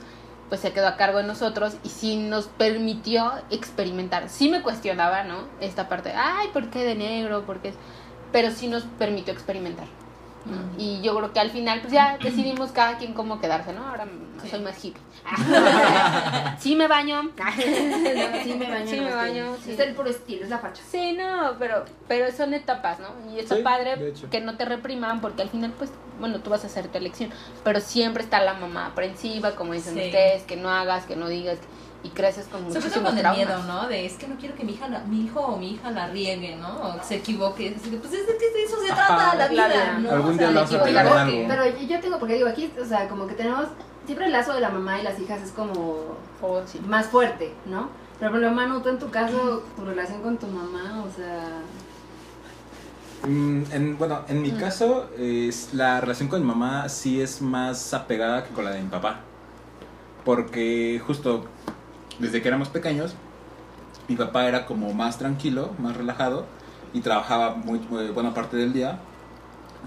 Speaker 2: pues se quedó a cargo de nosotros y sí nos permitió experimentar. Sí me cuestionaba, ¿no? Esta parte, ay, ¿por qué de negro? ¿Por qué? es-?" Pero sí nos permitió experimentar. ¿no?
Speaker 5: Ujú.
Speaker 2: Y yo creo que al final, pues ya decidimos cada quien cómo quedarse, ¿no? Ahora m-
Speaker 5: Sí.
Speaker 2: soy más hippie. sí me baño.
Speaker 6: No, sí me baño.
Speaker 2: Sí
Speaker 6: no
Speaker 2: me
Speaker 6: estoy-
Speaker 2: baño, sí.
Speaker 6: Es el puro estilo, es la facha.
Speaker 2: Sí, no, pero, pero son etapas, ¿no? Y está
Speaker 3: Sí, de
Speaker 2: padre
Speaker 3: hecho.
Speaker 2: que no te repriman porque al final, pues, bueno, tú vas a hacer tu elección, pero siempre está la mamá aprensiva, como dicen
Speaker 5: Sí.
Speaker 2: ustedes, que no hagas, que no digas, y creces con
Speaker 5: Sobre todo
Speaker 2: muchísimos
Speaker 5: con el
Speaker 2: traumas.
Speaker 5: miedo, ¿no? De es que no quiero que mi, hija la- mi hijo o mi hija la riegue, ¿no? O que se equivoque. Así que, pues es de que de eso se trata
Speaker 3: Ajá,
Speaker 5: la vida,
Speaker 6: claro.
Speaker 5: ¿no?
Speaker 3: Algún día
Speaker 5: de
Speaker 3: la vas a
Speaker 5: equivocar-
Speaker 3: pegar en algo.
Speaker 6: Pero yo- yo tengo, porque digo, aquí, o sea, como que tenemos, siempre el lazo de la mamá y las hijas es como
Speaker 2: Oh, sí.
Speaker 6: más fuerte, ¿no? Pero por lo Manu, tú en tu caso, tu relación con tu mamá, o sea...
Speaker 3: Mm, en- bueno, en mi caso, es, la relación con mi mamá sí es más apegada que con la de mi papá. Porque justo desde que éramos pequeños, mi papá era como más tranquilo, más relajado y trabajaba muy, muy buena parte del día.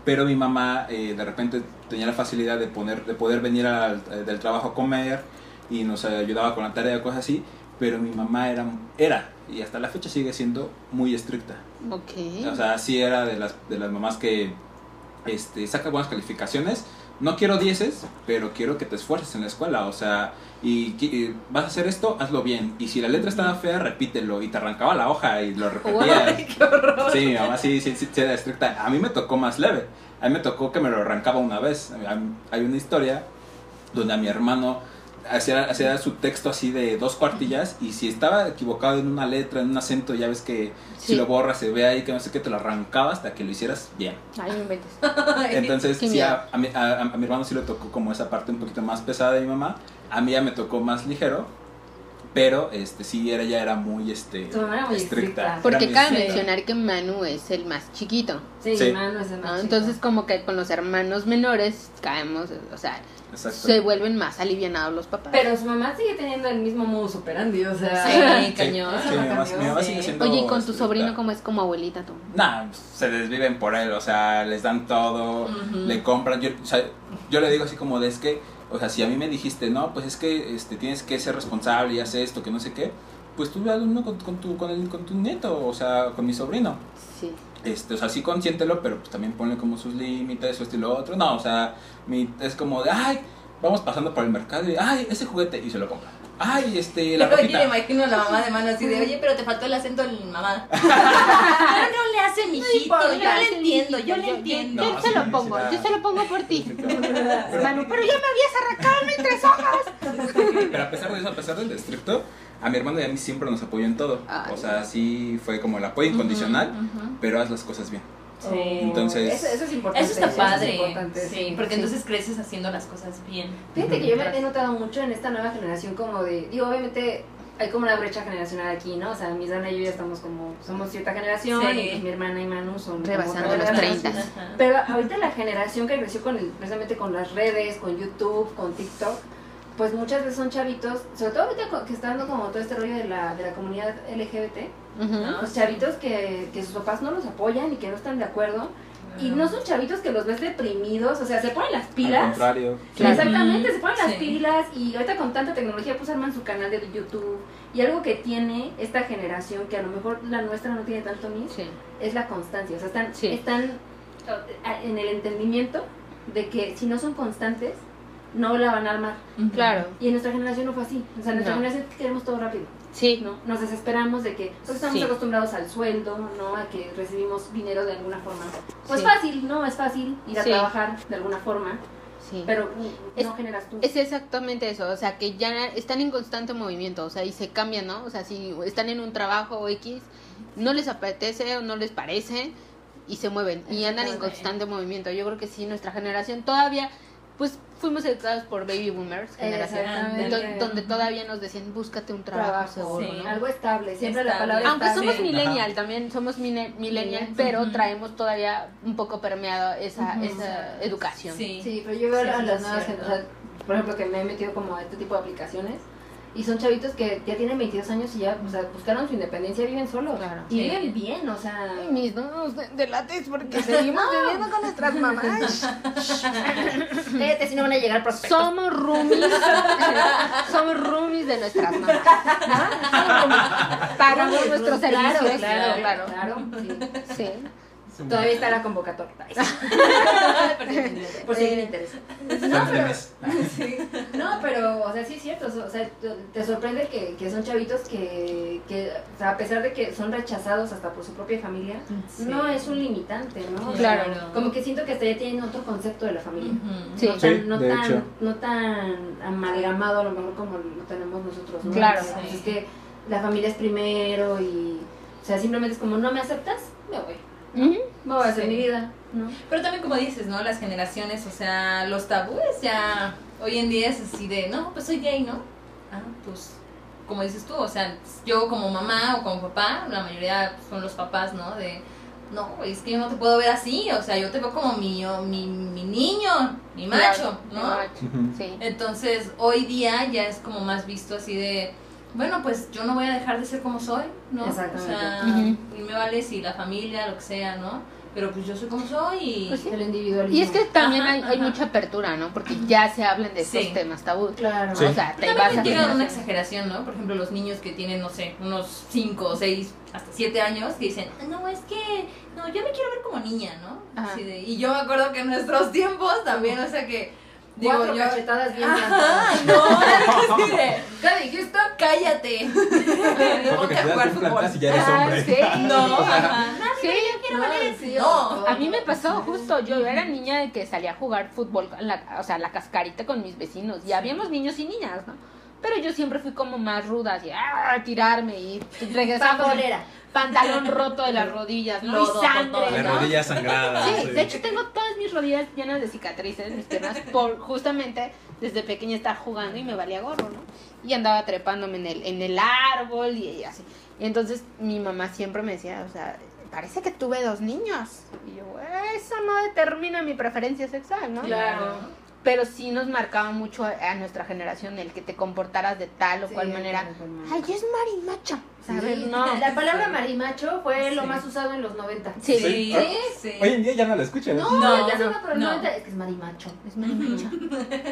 Speaker 3: Pero mi mamá eh, de repente tenía la facilidad de, poner, de poder venir al- eh, del trabajo a comer y nos ayudaba con la tarea, cosas así. Pero mi mamá era, era y hasta la fecha sigue siendo muy estricta.
Speaker 2: Ok.
Speaker 3: O sea, sí era de las, de las mamás que este, saca buenas calificaciones. No quiero dieces, pero quiero que te esfuerces en la escuela. O sea, y, qui- y vas a hacer esto, hazlo bien. Y si la letra estaba fea, repítelo. Y te arrancaba la hoja y lo repetías.
Speaker 5: ¡Ay, qué horror!
Speaker 3: Sí, mi mamá sí, sí, sí, sí era estricta. A mí me tocó más leve. A mí me tocó que me lo arrancaba una vez. A mí- Hay una historia donde a mi hermano hacía, hacía su texto así de dos cuartillas y si estaba equivocado en una letra, en un acento, ya ves que
Speaker 2: Sí.
Speaker 3: si lo borras se ve ahí que no sé qué, te lo arrancaba hasta que lo hicieras bien.
Speaker 2: Ay, no inventes.
Speaker 3: Entonces,
Speaker 2: Qué
Speaker 3: sí,
Speaker 2: miedo.
Speaker 3: a, a mi, a- a mi hermano sí le tocó como esa parte un poquito más pesada de mi mamá. A mí ya me tocó más ligero. Pero este sí era ya era muy este
Speaker 6: Tu mamá era muy estricta.
Speaker 3: Era
Speaker 2: Porque
Speaker 3: muy
Speaker 2: cabe
Speaker 3: estricta.
Speaker 2: mencionar que Manu es el más chiquito,
Speaker 6: Sí,
Speaker 3: Sí.
Speaker 6: Manu es de
Speaker 2: ¿no?
Speaker 5: Ah,
Speaker 6: más
Speaker 2: Entonces,
Speaker 6: chica.
Speaker 2: como que con los hermanos menores caemos, o sea,
Speaker 3: Exacto.
Speaker 2: se vuelven más alivianados los papás.
Speaker 6: Pero su mamá sigue teniendo el mismo modus operandi, o sea...
Speaker 5: Sí,
Speaker 3: Sí,
Speaker 5: cañón.
Speaker 3: sí, mi mamá, mi mamá
Speaker 5: Sí.
Speaker 3: sigue siendo
Speaker 2: Oye, ¿y con tu
Speaker 3: estricta.
Speaker 2: sobrino cómo es como abuelita tú?
Speaker 3: Nah, se desviven por él, o sea, les dan todo,
Speaker 6: Mm.
Speaker 5: Ujú.
Speaker 3: le compran. Yo, o sea, yo le digo así como de es que, o sea, si a mí me dijiste, no, pues es que este, tienes que ser responsable y hacer esto, que no sé qué, pues tú ve al uno con, con tu, con, el- con tu nieto, o sea, con mi sobrino.
Speaker 2: Sí.
Speaker 3: Este, o sea, sí consiéntelo, pero pues también ponle como sus límites, su estilo otro. No, o sea, mi, es como de, ay, vamos pasando por el mercado y, ay, ese juguete, y se lo compra. Ay, este, la
Speaker 5: Pero oye,
Speaker 3: ropita.
Speaker 5: me imagino a la mamá de mano así de, oye, pero te faltó el acento de mi mamá. Pero no le hace mi hijito, yo le entiendo, yo le entiendo.
Speaker 2: Yo,
Speaker 3: No,
Speaker 2: se
Speaker 3: sí,
Speaker 2: lo
Speaker 3: sí,
Speaker 2: pongo,
Speaker 3: da.
Speaker 2: yo se lo pongo por ti.
Speaker 3: Pero-
Speaker 2: Manu, pero ya me habías arrancado mis tres hojas.
Speaker 3: Pero a pesar de eso, a pesar del estricto, a mi hermano y a mí siempre nos apoyó en todo.
Speaker 2: Ay.
Speaker 3: o sea, sí fue como el apoyo incondicional, pero haz las cosas bien.
Speaker 5: Sí.
Speaker 3: Entonces-
Speaker 6: Eso, eso es importante.
Speaker 5: Eso está
Speaker 6: es
Speaker 5: padre.
Speaker 6: importante,
Speaker 5: Sí, porque entonces creces haciendo las cosas bien.
Speaker 6: Fíjate que yo me he notado mucho en esta nueva generación como de, digo, obviamente hay como una brecha generacional aquí, ¿no? O sea, mi hermana y yo ya estamos como, somos cierta generación
Speaker 5: Sí.
Speaker 6: y pues mi hermana y Manu son como
Speaker 2: Rebasando
Speaker 6: otra
Speaker 2: los
Speaker 6: generación.
Speaker 2: 30.
Speaker 5: Ajá.
Speaker 6: Pero ahorita la generación que creció con el- precisamente con las redes, con YouTube, con TikTok, pues muchas veces son chavitos, sobre todo ahorita co- que está dando como todo este rollo de la, de la comunidad LGBT,
Speaker 2: Ujú.
Speaker 6: los pues chavitos que, que sus papás no los apoyan y que no están de acuerdo, y no son chavitos que los ves deprimidos, o sea, se ponen las
Speaker 3: Al
Speaker 6: pilas.
Speaker 3: contrario.
Speaker 6: Sí, Exactamente,
Speaker 5: Ujú,
Speaker 6: se ponen las
Speaker 5: sí.
Speaker 6: pilas y ahorita con tanta tecnología pues arman su canal de YouTube. Y algo que tiene esta generación, que a lo mejor la nuestra no tiene tanto mis,
Speaker 2: Sí.
Speaker 6: es la constancia. O sea, están,
Speaker 2: Sí.
Speaker 6: están eh, en el entendimiento de que si no son constantes, no la van a armar.
Speaker 5: Ujú.
Speaker 2: Claro,
Speaker 6: Y en nuestra generación no fue así. O sea, en nuestra
Speaker 2: No.
Speaker 6: generación queremos todo rápido.
Speaker 2: sí,
Speaker 6: ¿no? Nos desesperamos de que pues, estamos
Speaker 2: Sí.
Speaker 6: acostumbrados al sueldo, ¿no? A que recibimos dinero de alguna forma. Pues
Speaker 2: Sí.
Speaker 6: fácil, ¿no? Es fácil ir a
Speaker 2: Sí.
Speaker 6: trabajar de alguna forma,
Speaker 2: sí.
Speaker 6: pero
Speaker 2: Es-
Speaker 6: no generas tú.
Speaker 2: Es exactamente eso, o sea, que ya están en constante movimiento, o sea, y se cambian, ¿no? O sea, si están en un trabajo X, no les apetece o no les parece y se mueven y andan en constante movimiento. Yo creo que sí, nuestra generación todavía, pues fuimos educados por baby boomers, generación,
Speaker 6: Exactamente.
Speaker 2: do- donde todavía nos decían, búscate un trabajo,
Speaker 6: Trabajo,
Speaker 2: seguro,
Speaker 5: sí.
Speaker 2: ¿no?
Speaker 6: Algo estable, siempre la
Speaker 5: Estable.
Speaker 6: palabra
Speaker 2: Aunque
Speaker 6: estable.
Speaker 2: somos millennial, también somos mine- millennial,
Speaker 6: Millennial.
Speaker 2: pero
Speaker 5: Ujú.
Speaker 2: traemos todavía un poco permeado esa,
Speaker 6: Ujú.
Speaker 2: esa educación.
Speaker 5: Sí.
Speaker 6: Sí, pero yo veo
Speaker 5: Sí,
Speaker 6: a
Speaker 5: sí,
Speaker 6: las
Speaker 5: es
Speaker 6: nuevas
Speaker 5: cierto.
Speaker 6: generaciones. por ejemplo, que me he metido como a este tipo de aplicaciones. Y son chavitos que ya tienen 22 años y ya, o sea, buscaron su independencia y viven solos.
Speaker 2: Claro.
Speaker 6: Y viven bien, o sea...
Speaker 7: mis manos de, de látex porque seguimos viviendo con nuestras mamás.
Speaker 6: Cállate, si no van a llegar prospectos.
Speaker 2: Somos roomies. somos roomies de nuestras mamás. ¿no? Pagamos nuestros
Speaker 6: Claro,
Speaker 2: servicios.
Speaker 6: Claro, claro, sí.
Speaker 2: Sí.
Speaker 6: Todavía está la convocatoria.
Speaker 2: Eh,
Speaker 6: Por si alguien le interesa.
Speaker 3: Están trenes.
Speaker 6: No, pero, o sea, sí es cierto. O sea, te- te sorprende que, que son chavitos que, que, o sea, a pesar de que son rechazados hasta por su propia familia, no es un limitante, ¿no? O sea,
Speaker 2: Claro.
Speaker 6: como que siento que hasta ya tienen otro concepto de la familia.
Speaker 5: Ujú.
Speaker 2: Sí.
Speaker 6: No tan, no,
Speaker 3: de hecho.
Speaker 6: tan, no tan amalgamado a lo mejor como lo tenemos nosotros, ¿no?
Speaker 2: Claro.
Speaker 6: O sea, pues es que la familia es primero y, o sea, simplemente es como, no me aceptas, me voy.
Speaker 2: Ujú.
Speaker 6: Me voy a hacer
Speaker 5: Sí.
Speaker 6: mi vida, ¿no?
Speaker 5: Pero también como dices, ¿no? Las generaciones, o sea, los tabúes ya hoy en día es así de, no, pues soy gay, ¿no? Ah, pues como dices tú, o sea, yo como mamá o como papá, la mayoría son los papás, ¿no? De, no, es que yo no te puedo ver así, o sea, yo te veo como mi, mi, mi niño, mi macho,
Speaker 2: Claro,
Speaker 5: ¿no?
Speaker 2: macho.
Speaker 3: Ujú.
Speaker 2: Sí.
Speaker 5: Entonces, hoy día ya es como más visto así de, bueno, pues yo no voy a dejar de ser como soy, ¿no?
Speaker 6: Exactamente.
Speaker 5: O sea,
Speaker 2: Ujú.
Speaker 5: y me vale si la familia, lo que sea, ¿no? Pero pues yo soy como soy y...
Speaker 2: Pues sí.
Speaker 6: El individualismo.
Speaker 2: Y es que también
Speaker 5: Ajá,
Speaker 2: hay, hay
Speaker 5: ajá.
Speaker 2: mucha apertura, ¿no? Porque ya se hablan de
Speaker 5: Sí.
Speaker 2: estos temas tabú.
Speaker 6: Claro.
Speaker 2: O sea, te
Speaker 5: Pero
Speaker 2: vas a...
Speaker 5: también llega una exageración, ¿no? Por ejemplo, los niños que tienen, no sé, unos 5, 6, hasta 7 años, que dicen, no, es que, no, yo me quiero ver como niña, ¿no?
Speaker 2: Ajá.
Speaker 5: Así de- y yo me acuerdo que en nuestros tiempos también, o sea que, digo,
Speaker 6: Cuatro
Speaker 5: yo...
Speaker 6: cachetadas bien
Speaker 5: Ajá,
Speaker 6: plantadas.
Speaker 5: no, así de, ¿qué dijiste? Cállate.
Speaker 3: Porque
Speaker 5: Ponte
Speaker 3: te
Speaker 5: a
Speaker 3: das
Speaker 5: jugar
Speaker 3: bien plantas y ya
Speaker 5: fútbol.
Speaker 3: eres
Speaker 2: Ah,
Speaker 3: hombre.
Speaker 2: sí. Ah,
Speaker 5: No, ajá.
Speaker 2: Sí.
Speaker 5: quiero
Speaker 6: Ay,
Speaker 5: valer-
Speaker 6: sí,
Speaker 5: no.
Speaker 6: o-
Speaker 2: A mí me pasó justo, yo era niña de que salía a jugar fútbol, en la- o sea, la cascarita con mis vecinos, y habíamos niños y niñas, ¿no? Pero yo siempre fui como más ruda, así, "Ah, a tirarme y regresaba con el
Speaker 6: Pambolera.
Speaker 2: pantalón roto de las rodillas, ¿no?
Speaker 5: Lodo,
Speaker 2: y sangre,
Speaker 5: todo,
Speaker 3: Las
Speaker 2: ¿no?
Speaker 3: rodillas sangradas.
Speaker 2: Sí,
Speaker 3: Ah, sí.
Speaker 2: de hecho tengo todas mis rodillas llenas de cicatrices, mis piernas, por justamente desde pequeña estar jugando y me valía gorro, ¿no? Y andaba trepándome en el, en el árbol y, y así. Y entonces mi mamá siempre me decía, o sea, parece que tuve dos niños. Y yo, eso no determina mi preferencia sexual, ¿no?
Speaker 5: Claro.
Speaker 2: Pero sí nos marcaba mucho a, a nuestra generación el que te comportaras de tal o cual manera. Ay, es marimacha, ¿sabes?
Speaker 6: Sí,
Speaker 2: No.
Speaker 6: La palabra marimacho fue lo
Speaker 5: Sí.
Speaker 6: más usado en los 90.
Speaker 2: Sí,
Speaker 3: Sí.
Speaker 5: sí.
Speaker 3: Hoy en día ya no la ¿eh? escuchas.
Speaker 6: No,
Speaker 5: No,
Speaker 6: ya se
Speaker 5: no,
Speaker 6: va por el
Speaker 5: no.
Speaker 6: 90. Es que es marimacho.
Speaker 2: Es marimacha.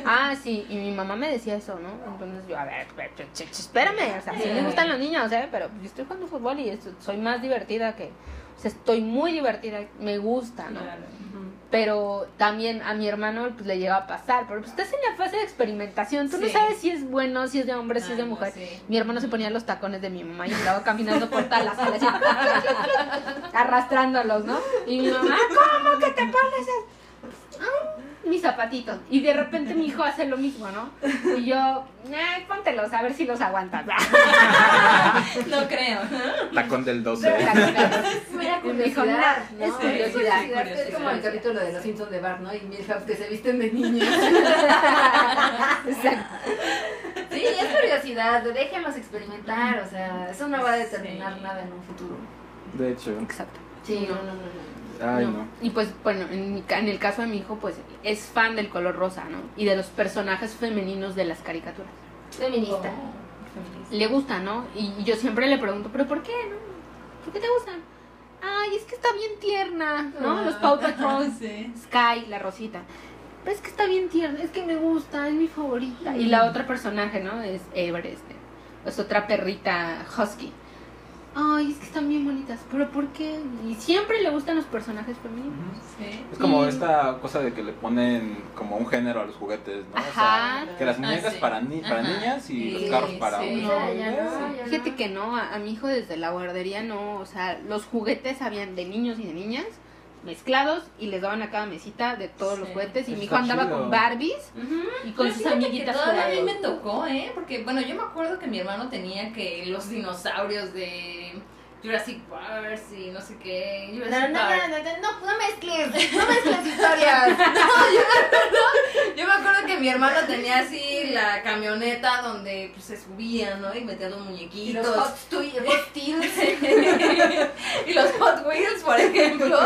Speaker 2: Ah, sí, y mi mamá me decía eso, ¿no? Entonces yo, a ver, espé- espé- espé- espérame, o sea, sí me gustan los niños, ¿eh? Pero yo estoy jugando fútbol y esto- soy más divertida que... O sea, estoy muy divertida, me gusta, ¿no?
Speaker 5: Claro.
Speaker 2: Pero también a mi hermano pues, le llega a pasar, pero pues, estás en la fase de experimentación, tú no
Speaker 5: Sí.
Speaker 2: sabes si es bueno, si es de hombre, si es de
Speaker 5: Ah, no,
Speaker 2: mujer.
Speaker 5: sí.
Speaker 2: Mi hermano se ponía los tacones de mi mamá y estaba caminando por toda la sala, así, arrastrándolos, ¿no? Y mi mamá, ¿cómo que te pones eso? "Ah, Mis zapatitos. Y de repente mi hijo hace lo mismo, ¿no? Y yo, "Ay, póntelos, a ver si los aguantas.
Speaker 5: No creo.
Speaker 3: Tacón del 12.
Speaker 6: Mira,
Speaker 2: curiosidad, ¿no?
Speaker 6: Es
Speaker 2: Sí,
Speaker 6: curiosidad.
Speaker 5: curiosidad,
Speaker 6: Es como el
Speaker 5: curiosidad.
Speaker 6: capítulo de Los Simpsons de Bart, ¿no? Y Milhouse que se visten de niños.
Speaker 2: Exacto.
Speaker 6: Sí, es curiosidad. Déjenlos experimentar. O sea, eso no va a determinar
Speaker 5: Sí.
Speaker 6: nada en un futuro.
Speaker 3: De hecho.
Speaker 2: Exacto.
Speaker 6: Sí, no, no, no. no.
Speaker 3: Ay,
Speaker 2: No.
Speaker 3: no.
Speaker 2: Y pues, bueno, en, mi ca- en el caso de mi hijo, pues es fan del color rosa, ¿no? Y de los personajes femeninos de las caricaturas.
Speaker 6: Feminista.
Speaker 2: Le gusta, ¿no? Y y yo siempre le pregunto, ¿pero por qué, no? ¿Por qué te gustan? Ay, es que está bien tierna,
Speaker 5: Ah.
Speaker 2: ¿no? Los Paw Patrol,
Speaker 5: Sí.
Speaker 2: Sky, la Rosita. Pero es que está bien tierna, es que me gusta, es mi favorita. Y la otra personaje, ¿no? Es Everest. ¿eh? Es otra perrita husky. Ay, es que están bien bonitas. ¿Pero por qué? Y siempre le gustan los personajes femeninos.
Speaker 5: Sí.
Speaker 3: Es como
Speaker 2: Y-
Speaker 3: esta cosa de que le ponen como un género a los juguetes, ¿no? O
Speaker 2: Ajá.
Speaker 3: sea, que las
Speaker 5: Ah,
Speaker 3: muñecas
Speaker 5: sí.
Speaker 3: para, ni- para
Speaker 5: Ajá.
Speaker 3: niñas y
Speaker 5: Sí,
Speaker 3: los carros para
Speaker 5: sí.
Speaker 3: hombres.
Speaker 6: Ya, ya no,
Speaker 3: Sí.
Speaker 6: ya no.
Speaker 2: Fíjate que no, a, a mi hijo desde la guardería no, o sea, los juguetes habían de niños y de niñas mezclados y les daban a cada mesita de todos los
Speaker 5: Sí.
Speaker 2: juguetes y mi hijo
Speaker 3: Está
Speaker 2: andaba
Speaker 3: chido.
Speaker 2: con Barbies y con
Speaker 5: Pero
Speaker 2: sus
Speaker 5: fíjate que
Speaker 2: amiguitas
Speaker 5: todavía a mí
Speaker 2: jugando.
Speaker 5: me tocó, ¿eh? Porque, bueno, yo me acuerdo que mi hermano tenía que los dinosaurios de Jurassic Park y no sé qué. Jurassic
Speaker 6: No, no,
Speaker 5: Park.
Speaker 6: no, no, no, no mezcles, no mezcles historias.
Speaker 5: Yo me acuerdo que mi hermano tenía así la camioneta donde pues, se subía, ¿no? Y metía los
Speaker 6: Y los
Speaker 5: muñequitos.
Speaker 6: hot tui- hot Wheels.
Speaker 5: y los Hot Wheels, por ejemplo.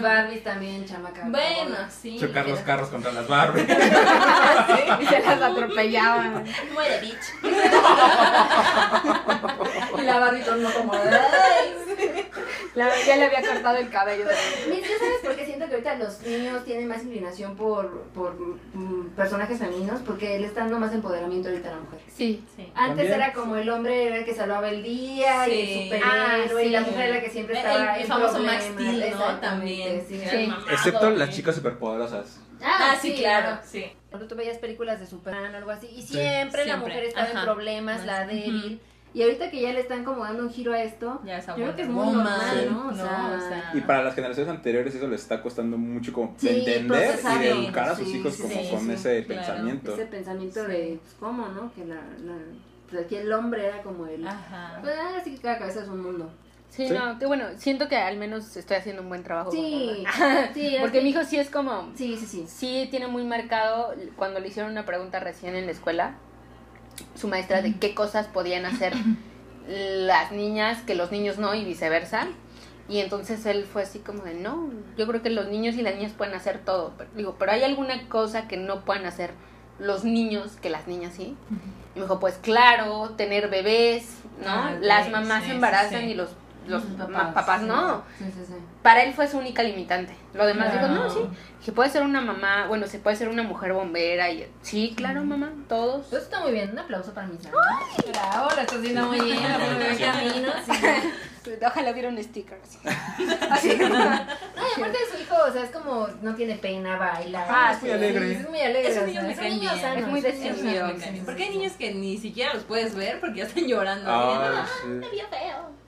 Speaker 4: Barbies también, chamaca.
Speaker 5: Bueno, sí.
Speaker 3: Chocar los
Speaker 5: pero-
Speaker 3: carros contra las Barbie.
Speaker 4: Y se las atropellaban.
Speaker 5: Muere, bitch.
Speaker 4: Y la Barbie todo no como.
Speaker 7: La- ya le había cortado el cabello.
Speaker 5: Oh.
Speaker 6: Mira, ¿tú sabes por qué siento que ahorita los niños tienen más inclinación por, por mm, personajes femeninos? Porque le están dando más empoderamiento ahorita a la mujer.
Speaker 2: Sí.
Speaker 5: Sí.
Speaker 6: Antes
Speaker 3: También.
Speaker 6: era como el hombre era el que salvaba el día y
Speaker 5: Sí.
Speaker 6: el superhéroe
Speaker 2: Ah,
Speaker 6: y la
Speaker 2: sí.
Speaker 6: mujer era la que siempre
Speaker 5: El-
Speaker 6: estaba
Speaker 5: el
Speaker 6: en
Speaker 5: famoso
Speaker 6: problemas.
Speaker 5: Max Steel, ¿no?
Speaker 6: Exactamente,
Speaker 5: También.
Speaker 6: sí.
Speaker 5: Era mamado,
Speaker 3: Excepto
Speaker 5: güey.
Speaker 3: las chicas superpoderosas.
Speaker 5: Ah, sí, claro. Sí.
Speaker 6: Cuando tú veías películas de Superman o algo así, y siempre, la
Speaker 5: Siempre,
Speaker 6: mujer estaba
Speaker 5: ajá.
Speaker 6: en problemas, la
Speaker 5: Ujú.
Speaker 6: débil. Y ahorita que ya le están como dando un giro a esto,
Speaker 5: Ya esa
Speaker 6: Yo creo que es muy
Speaker 5: Wonder
Speaker 6: normal, ¿no? O
Speaker 5: Woman,
Speaker 6: sea-
Speaker 3: Y para las generaciones anteriores eso les está costando mucho como
Speaker 6: Sí,
Speaker 3: entender y
Speaker 6: procesar,
Speaker 3: de educar a
Speaker 6: sí,
Speaker 3: sus hijos
Speaker 6: sí,
Speaker 3: como
Speaker 5: sí,
Speaker 3: con
Speaker 5: sí,
Speaker 3: ese
Speaker 5: claro.
Speaker 3: pensamiento.
Speaker 6: ese pensamiento
Speaker 5: Sí.
Speaker 6: de, pues, ¿cómo, no? Que la, la, pues, aquí el hombre era como el...
Speaker 5: Ajá.
Speaker 6: Pues, ah, así que cada cabeza es un mundo.
Speaker 2: Sí,
Speaker 3: Sí.
Speaker 2: no, que bueno, siento que al menos estoy haciendo un buen trabajo.
Speaker 6: Sí, sí.
Speaker 2: con- Porque mi hijo sí es como,
Speaker 6: Sí, sí, sí.
Speaker 2: sí tiene muy marcado cuando le hicieron una pregunta recién en la escuela, su maestra de qué cosas podían hacer las niñas que los niños no y viceversa. Y entonces él fue así como de, no, yo creo que los niños y las niñas pueden hacer todo. Pero, digo, pero hay alguna cosa que no puedan hacer los niños que las niñas sí. Y me dijo, pues claro, tener bebés, ¿no?
Speaker 5: Ah,
Speaker 2: las
Speaker 5: sí,
Speaker 2: mamás
Speaker 5: sí,
Speaker 2: se embarazan
Speaker 5: sí.
Speaker 2: y los, los
Speaker 6: Los
Speaker 2: ma- papás
Speaker 6: sí.
Speaker 2: no
Speaker 6: Sí, sí, sí.
Speaker 2: para él fue su única limitante. Lo demás dijo,
Speaker 5: Claro.
Speaker 2: no, sí, que puede ser una mamá, bueno, se puede ser una mujer bombera y sí, claro, mamá, todos.
Speaker 4: Eso está muy bien. Un aplauso para mis hermanos. Bravo, lo
Speaker 6: Pues,
Speaker 4: estás haciendo muy bien.
Speaker 3: la
Speaker 4: Por buen
Speaker 3: comunicación.
Speaker 4: camino. sí.
Speaker 2: Ojalá vieron stickers.
Speaker 4: No, y aparte de su hijo, o sea, es como no tiene pena, baila.
Speaker 2: Ah,
Speaker 4: es
Speaker 2: sí.
Speaker 3: Muy alegre.
Speaker 4: Es muy alegre.
Speaker 5: Esos
Speaker 4: o
Speaker 5: niños
Speaker 4: sea,
Speaker 5: me
Speaker 4: son
Speaker 5: caen
Speaker 4: niños
Speaker 5: bien.
Speaker 4: sanos,
Speaker 2: Es muy
Speaker 4: son
Speaker 5: Sí,
Speaker 4: niños
Speaker 5: esos niños me
Speaker 2: Sí,
Speaker 5: caen bien.
Speaker 2: sí,
Speaker 5: Porque hay niños que ni siquiera los puedes ver porque ya están llorando.
Speaker 3: Ah,
Speaker 5: así
Speaker 3: sí.
Speaker 5: de, "No, me vio feo",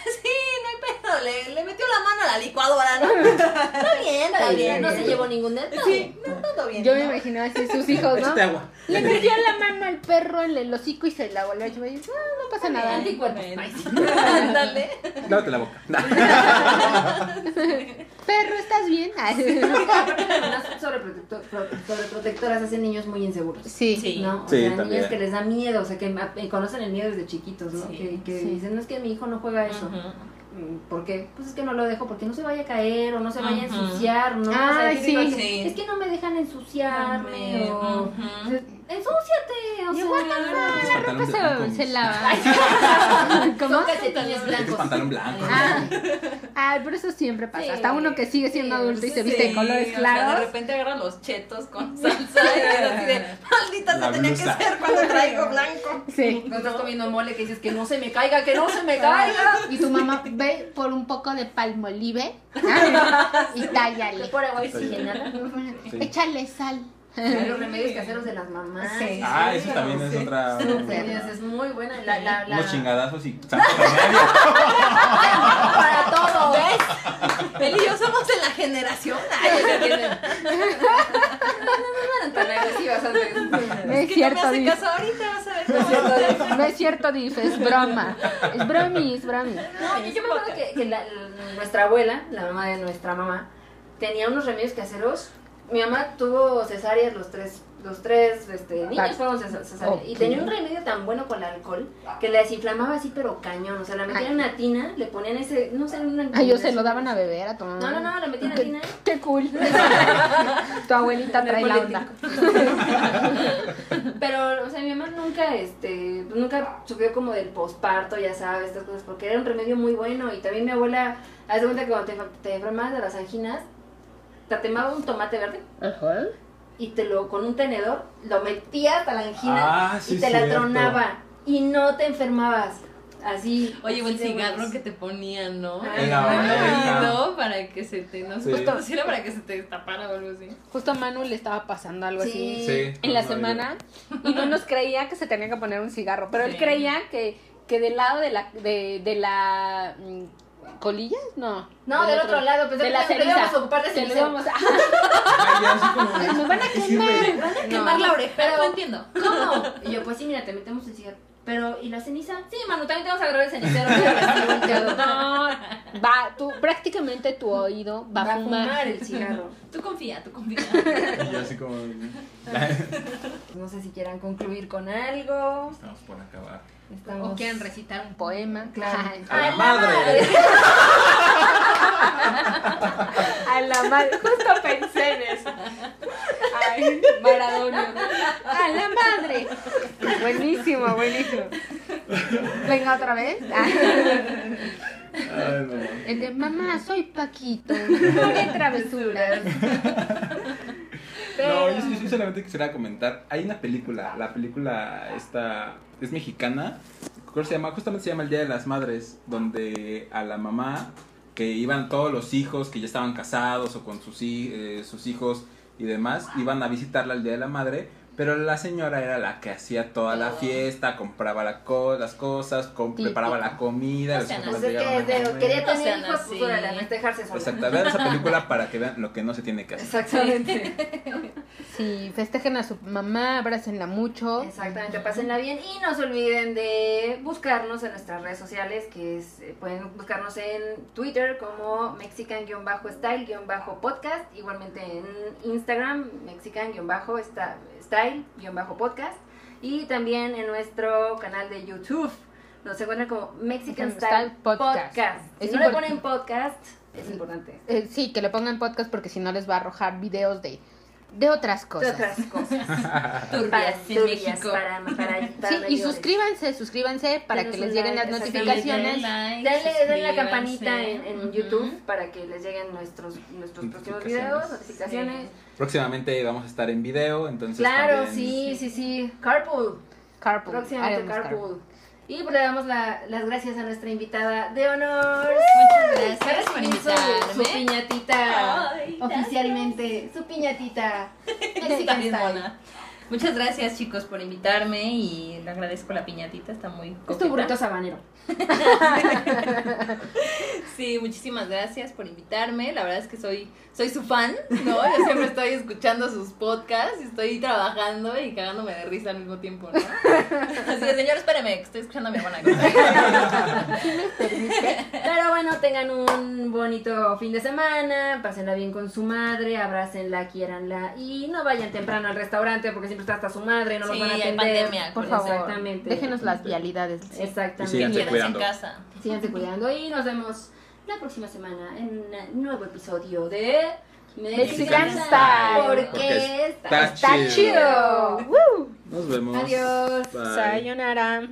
Speaker 5: sí, no hay pedo, le, le metió la mano a la licuadora, ¿no? Está bien, está bien, no se llevó
Speaker 4: ningún dedo.
Speaker 5: Sí, no, todo bien.
Speaker 2: Yo me
Speaker 5: ¿no?
Speaker 2: imaginaba así sus hijos, ¿no?
Speaker 3: Échate agua.
Speaker 2: Le metió la mano al perro en el hocico y se la volvió a llevar. Y yo, "Ah, no pasa nada.
Speaker 4: Anticuerpos.
Speaker 5: pues, Ándale.
Speaker 3: Lávate la boca.
Speaker 2: Perro, ¿estás bien? Ah, Ay.
Speaker 6: Aparte, las mamás sobreprotecto- pro- sobreprotectoras hacen niños muy inseguros.
Speaker 2: Sí.
Speaker 5: Sí.
Speaker 6: ¿no? O
Speaker 3: Sí,
Speaker 6: sea,
Speaker 3: también.
Speaker 6: niños que les da miedo, o sea, que ma- eh, conocen el miedo desde chiquitos, ¿no?
Speaker 5: Sí.
Speaker 6: que que
Speaker 2: Sí.
Speaker 6: dicen, no es que mi hijo no juega eso.
Speaker 5: Ujú.
Speaker 6: Mm, ¿Por qué? Pues es que no lo dejo porque no se vaya a caer o no se vaya a
Speaker 5: Ujú.
Speaker 6: ensuciar, ¿no? O sea,
Speaker 2: Ay,
Speaker 6: yo digo,
Speaker 2: sí.
Speaker 5: Sí.
Speaker 6: Es que no me dejan ensuciarme
Speaker 5: Ujú.
Speaker 6: o... Ensúciate, o
Speaker 2: Y
Speaker 6: sea...
Speaker 2: what the fuck,
Speaker 3: Mis
Speaker 2: "Ah, la ropa
Speaker 3: pantalones de
Speaker 2: se,
Speaker 3: tacones.
Speaker 2: se lava. ¿Cómo?
Speaker 6: Son calcetines
Speaker 3: Es
Speaker 6: blancos. Este
Speaker 3: pantalón blanco.
Speaker 2: Ah, ay, pero eso siempre pasa.
Speaker 6: Sí.
Speaker 2: Hasta uno que sigue siendo
Speaker 6: Sí,
Speaker 2: adulto y se
Speaker 5: Sí,
Speaker 2: viste de colores
Speaker 5: o sea, de
Speaker 2: claros.
Speaker 5: repente agarran los chetos con salsa y era así de, maldita
Speaker 3: La
Speaker 5: se tenía
Speaker 3: blusa.
Speaker 5: que ser cuando traigo blanco.
Speaker 2: Sí.
Speaker 4: No estás comiendo mole que dices que no se me caiga, que no se me caiga.
Speaker 2: Y tu mamá ve por un poco de palmolive y
Speaker 6: Que
Speaker 2: tállale.
Speaker 6: por agua oxigenada.
Speaker 3: Sí.
Speaker 2: Échale sal.
Speaker 6: Los remedios caseros de las mamás.
Speaker 5: Sí.
Speaker 3: Ah, eso también es otra.
Speaker 6: Serios, es muy buena. La, la, la...
Speaker 3: Unos chingadazos y santo remedio.
Speaker 6: Para todo.
Speaker 5: Él y yo somos de la generación. Ay,
Speaker 6: Tan agresivas antes.
Speaker 2: No
Speaker 5: es
Speaker 2: es
Speaker 5: que
Speaker 2: cierto,
Speaker 5: no me hace
Speaker 2: Dif.
Speaker 5: caso ahorita, vas a ver cómo es.
Speaker 2: No es cierto, Dif. Es broma. Es bromi, es bromi.
Speaker 6: No, yo, yo me acuerdo que, que la- la- nuestra abuela, la mamá de nuestra mamá, tenía unos remedios caseros. Mi mamá tuvo cesáreas los tres, los tres este, niños
Speaker 2: Claro.
Speaker 6: fueron cesa- cesáreas. Y
Speaker 2: Ah. Ok.
Speaker 6: tenía un remedio tan bueno con el alcohol que la desinflamaba así, pero cañón. O sea, la metían en una tina, le ponían ese, no sé, en una.
Speaker 2: Ay, yo se lo daban a beber a tu mamá.
Speaker 6: No, no, no, la metían en la
Speaker 2: Qué-
Speaker 6: tina.
Speaker 2: Qué cool. Tu abuelita trae la onda.
Speaker 6: Pero, o sea, mi mamá nunca, este, pues, nunca sufrió como del posparto, ya sabes, estas cosas, porque era un remedio muy bueno. Y también mi abuela, haz de cuenta que cuando te, enfer- te enfermabas de las anginas, te atemaba un tomate verde
Speaker 2: Ajá.
Speaker 6: y te lo, con un tenedor, lo metías hasta la angina
Speaker 3: Ah, sí,
Speaker 6: y te la
Speaker 3: cierto.
Speaker 6: tronaba. Y no te enfermabas. Así.
Speaker 5: Oye, o el
Speaker 6: así de
Speaker 5: cigarro
Speaker 6: buenas.
Speaker 5: que te ponían, ¿no?
Speaker 6: Ah,
Speaker 5: El
Speaker 3: En la oreja.
Speaker 5: oído para que se te, no sé,
Speaker 3: Sí.
Speaker 5: justo, era para que se te tapara o algo así.
Speaker 2: Justo a Manu le estaba pasando algo así.
Speaker 6: Sí.
Speaker 3: Sí.
Speaker 2: en la
Speaker 3: No,
Speaker 2: semana y no nos creía que se tenía que poner un cigarro, pero él
Speaker 5: Sí.
Speaker 2: creía que, que del lado de la de, de la mm, colilla, no.
Speaker 6: No, del otro lado, pensé
Speaker 2: de
Speaker 6: que
Speaker 2: la
Speaker 6: siempre
Speaker 2: ceniza.
Speaker 6: íbamos a ocupar de
Speaker 2: Que nos
Speaker 6: cenicero.
Speaker 2: íbamos a-
Speaker 3: Ay, ya, así como-
Speaker 2: nos van a
Speaker 3: Sí, güey.
Speaker 2: quemar.
Speaker 5: Quemar la oreja, no entiendo.
Speaker 6: ¿Cómo? Y yo, pues sí, mira, te metemos el cigarro.
Speaker 4: Pero, ¿y la ceniza?
Speaker 5: Sí, Manu, también te vamos a grabar el cenicero.
Speaker 2: No, va, tú, prácticamente tu oído va,
Speaker 4: Va a
Speaker 2: fumar.
Speaker 4: fumar el cigarro.
Speaker 5: tú confía, tú confía.
Speaker 3: Y yo así como.
Speaker 6: No sé si quieran concluir con algo.
Speaker 3: Estamos por acabar.
Speaker 6: Estamos...
Speaker 2: recitar un poema.
Speaker 6: Claro.
Speaker 2: Ay,
Speaker 3: ¡A la madre!
Speaker 2: A la madre, justo pensé en eso. Ay, Maradonio. A la madre. Buenísimo, buenísimo.
Speaker 8: Venga otra vez.
Speaker 3: Ay, no.
Speaker 2: El de mamá, soy Paquito. No me travesuras.
Speaker 3: No, yo, yo- yo solamente quisiera comentar, hay una película, la película esta es mexicana, creo que se llama, justamente se llama El Día de las Madres, donde a la mamá que iban todos los hijos que ya estaban casados o con sus, hi- eh, sus hijos y demás, iban a visitarla el Día de la Madre, pero la señora era la que hacía toda la fiesta, compraba la co- las cosas, com-
Speaker 2: Típico.
Speaker 3: preparaba la comida,
Speaker 5: O
Speaker 3: los
Speaker 5: sea, no
Speaker 3: chocolates
Speaker 4: Pues es que
Speaker 3: llegaban a
Speaker 4: desde-
Speaker 3: comer.
Speaker 4: quería
Speaker 5: No
Speaker 4: tener
Speaker 5: sean
Speaker 4: hijos,
Speaker 5: así.
Speaker 4: pues órale, a festejarse sola.
Speaker 3: Exacto, vean esa película para que vean lo que no se tiene que hacer.
Speaker 6: Exactamente.
Speaker 2: Sí, festejen a su mamá, abrácenla mucho.
Speaker 4: Exactamente, pásenla bien y no se olviden de buscarnos en nuestras redes sociales, que es, eh, pueden buscarnos en Twitter como mexican-style-podcast, igualmente en Instagram mexican-style-podcast y también en nuestro canal de YouTube. Nos encuentran como Mexican Style Podcast. Si
Speaker 2: Es
Speaker 4: no le
Speaker 2: impor-
Speaker 4: ponen podcast, es importante.
Speaker 2: Eh, sí, que le pongan podcast porque si no les va a arrojar videos de, de otras cosas.
Speaker 4: Otras cosas. Para,
Speaker 5: Turbias en
Speaker 4: turbias,
Speaker 5: México.
Speaker 4: para, para, para
Speaker 2: Sí, y
Speaker 4: mayores.
Speaker 2: suscríbanse, suscríbanse para
Speaker 4: Denos
Speaker 2: que les
Speaker 4: un
Speaker 2: lleguen
Speaker 4: like,
Speaker 2: las
Speaker 4: exactamente.
Speaker 2: notificaciones.
Speaker 4: Denle, denle la campanita en, en
Speaker 5: Ujú.
Speaker 4: YouTube para que les lleguen nuestros, nuestros próximos
Speaker 3: Notificaciones.
Speaker 4: videos, notificaciones.
Speaker 3: Próximamente vamos a estar en video, entonces
Speaker 4: Claro,
Speaker 3: también-
Speaker 4: sí, sí, sí. Carpool.
Speaker 2: Carpool.
Speaker 4: Próximamente
Speaker 2: haremos carpool.
Speaker 4: Carpool. Y pues le damos la- las gracias a nuestra invitada de honor.
Speaker 5: Muchas gracias
Speaker 4: Gracias
Speaker 5: por
Speaker 4: su, su
Speaker 5: invitarme.
Speaker 4: piñatita.
Speaker 5: Ay,
Speaker 4: oficialmente, su piñatita.
Speaker 5: Está
Speaker 4: Mexican
Speaker 5: bien
Speaker 4: style.
Speaker 5: mona. Muchas gracias chicos por invitarme y le agradezco la piñatita, está muy
Speaker 4: Es tu burrito
Speaker 5: coqueta.
Speaker 4: sabanero.
Speaker 5: Sí, muchísimas gracias por invitarme. La verdad es que soy, soy su fan, ¿no? Yo siempre estoy escuchando sus podcasts, y estoy trabajando y cagándome de risa al mismo tiempo, ¿no? Así que, señor, espéreme, que estoy escuchando a mi hermana.
Speaker 4: Pero bueno, tengan un bonito fin de semana, pásenla bien con su madre, abrácenla, quiéranla y no vayan temprano al restaurante porque siempre está hasta su madre, no los
Speaker 5: Sí,
Speaker 4: van a
Speaker 5: hay
Speaker 4: atender.
Speaker 5: pandemia,
Speaker 2: Por
Speaker 5: acuérdense.
Speaker 2: favor,
Speaker 4: Exactamente.
Speaker 2: déjenos las vialidades.
Speaker 3: Y
Speaker 4: Exactamente.
Speaker 3: síganse
Speaker 5: Quédense en
Speaker 3: cuidando.
Speaker 5: casa.
Speaker 4: Síganse cuidando y nos vemos la próxima semana en un nuevo episodio de
Speaker 2: Mexican
Speaker 5: Style.
Speaker 4: Porque
Speaker 3: Porque
Speaker 4: está,
Speaker 3: está
Speaker 4: chido.
Speaker 3: Nos vemos.
Speaker 4: Adiós.
Speaker 3: Bye.
Speaker 2: Sayonara.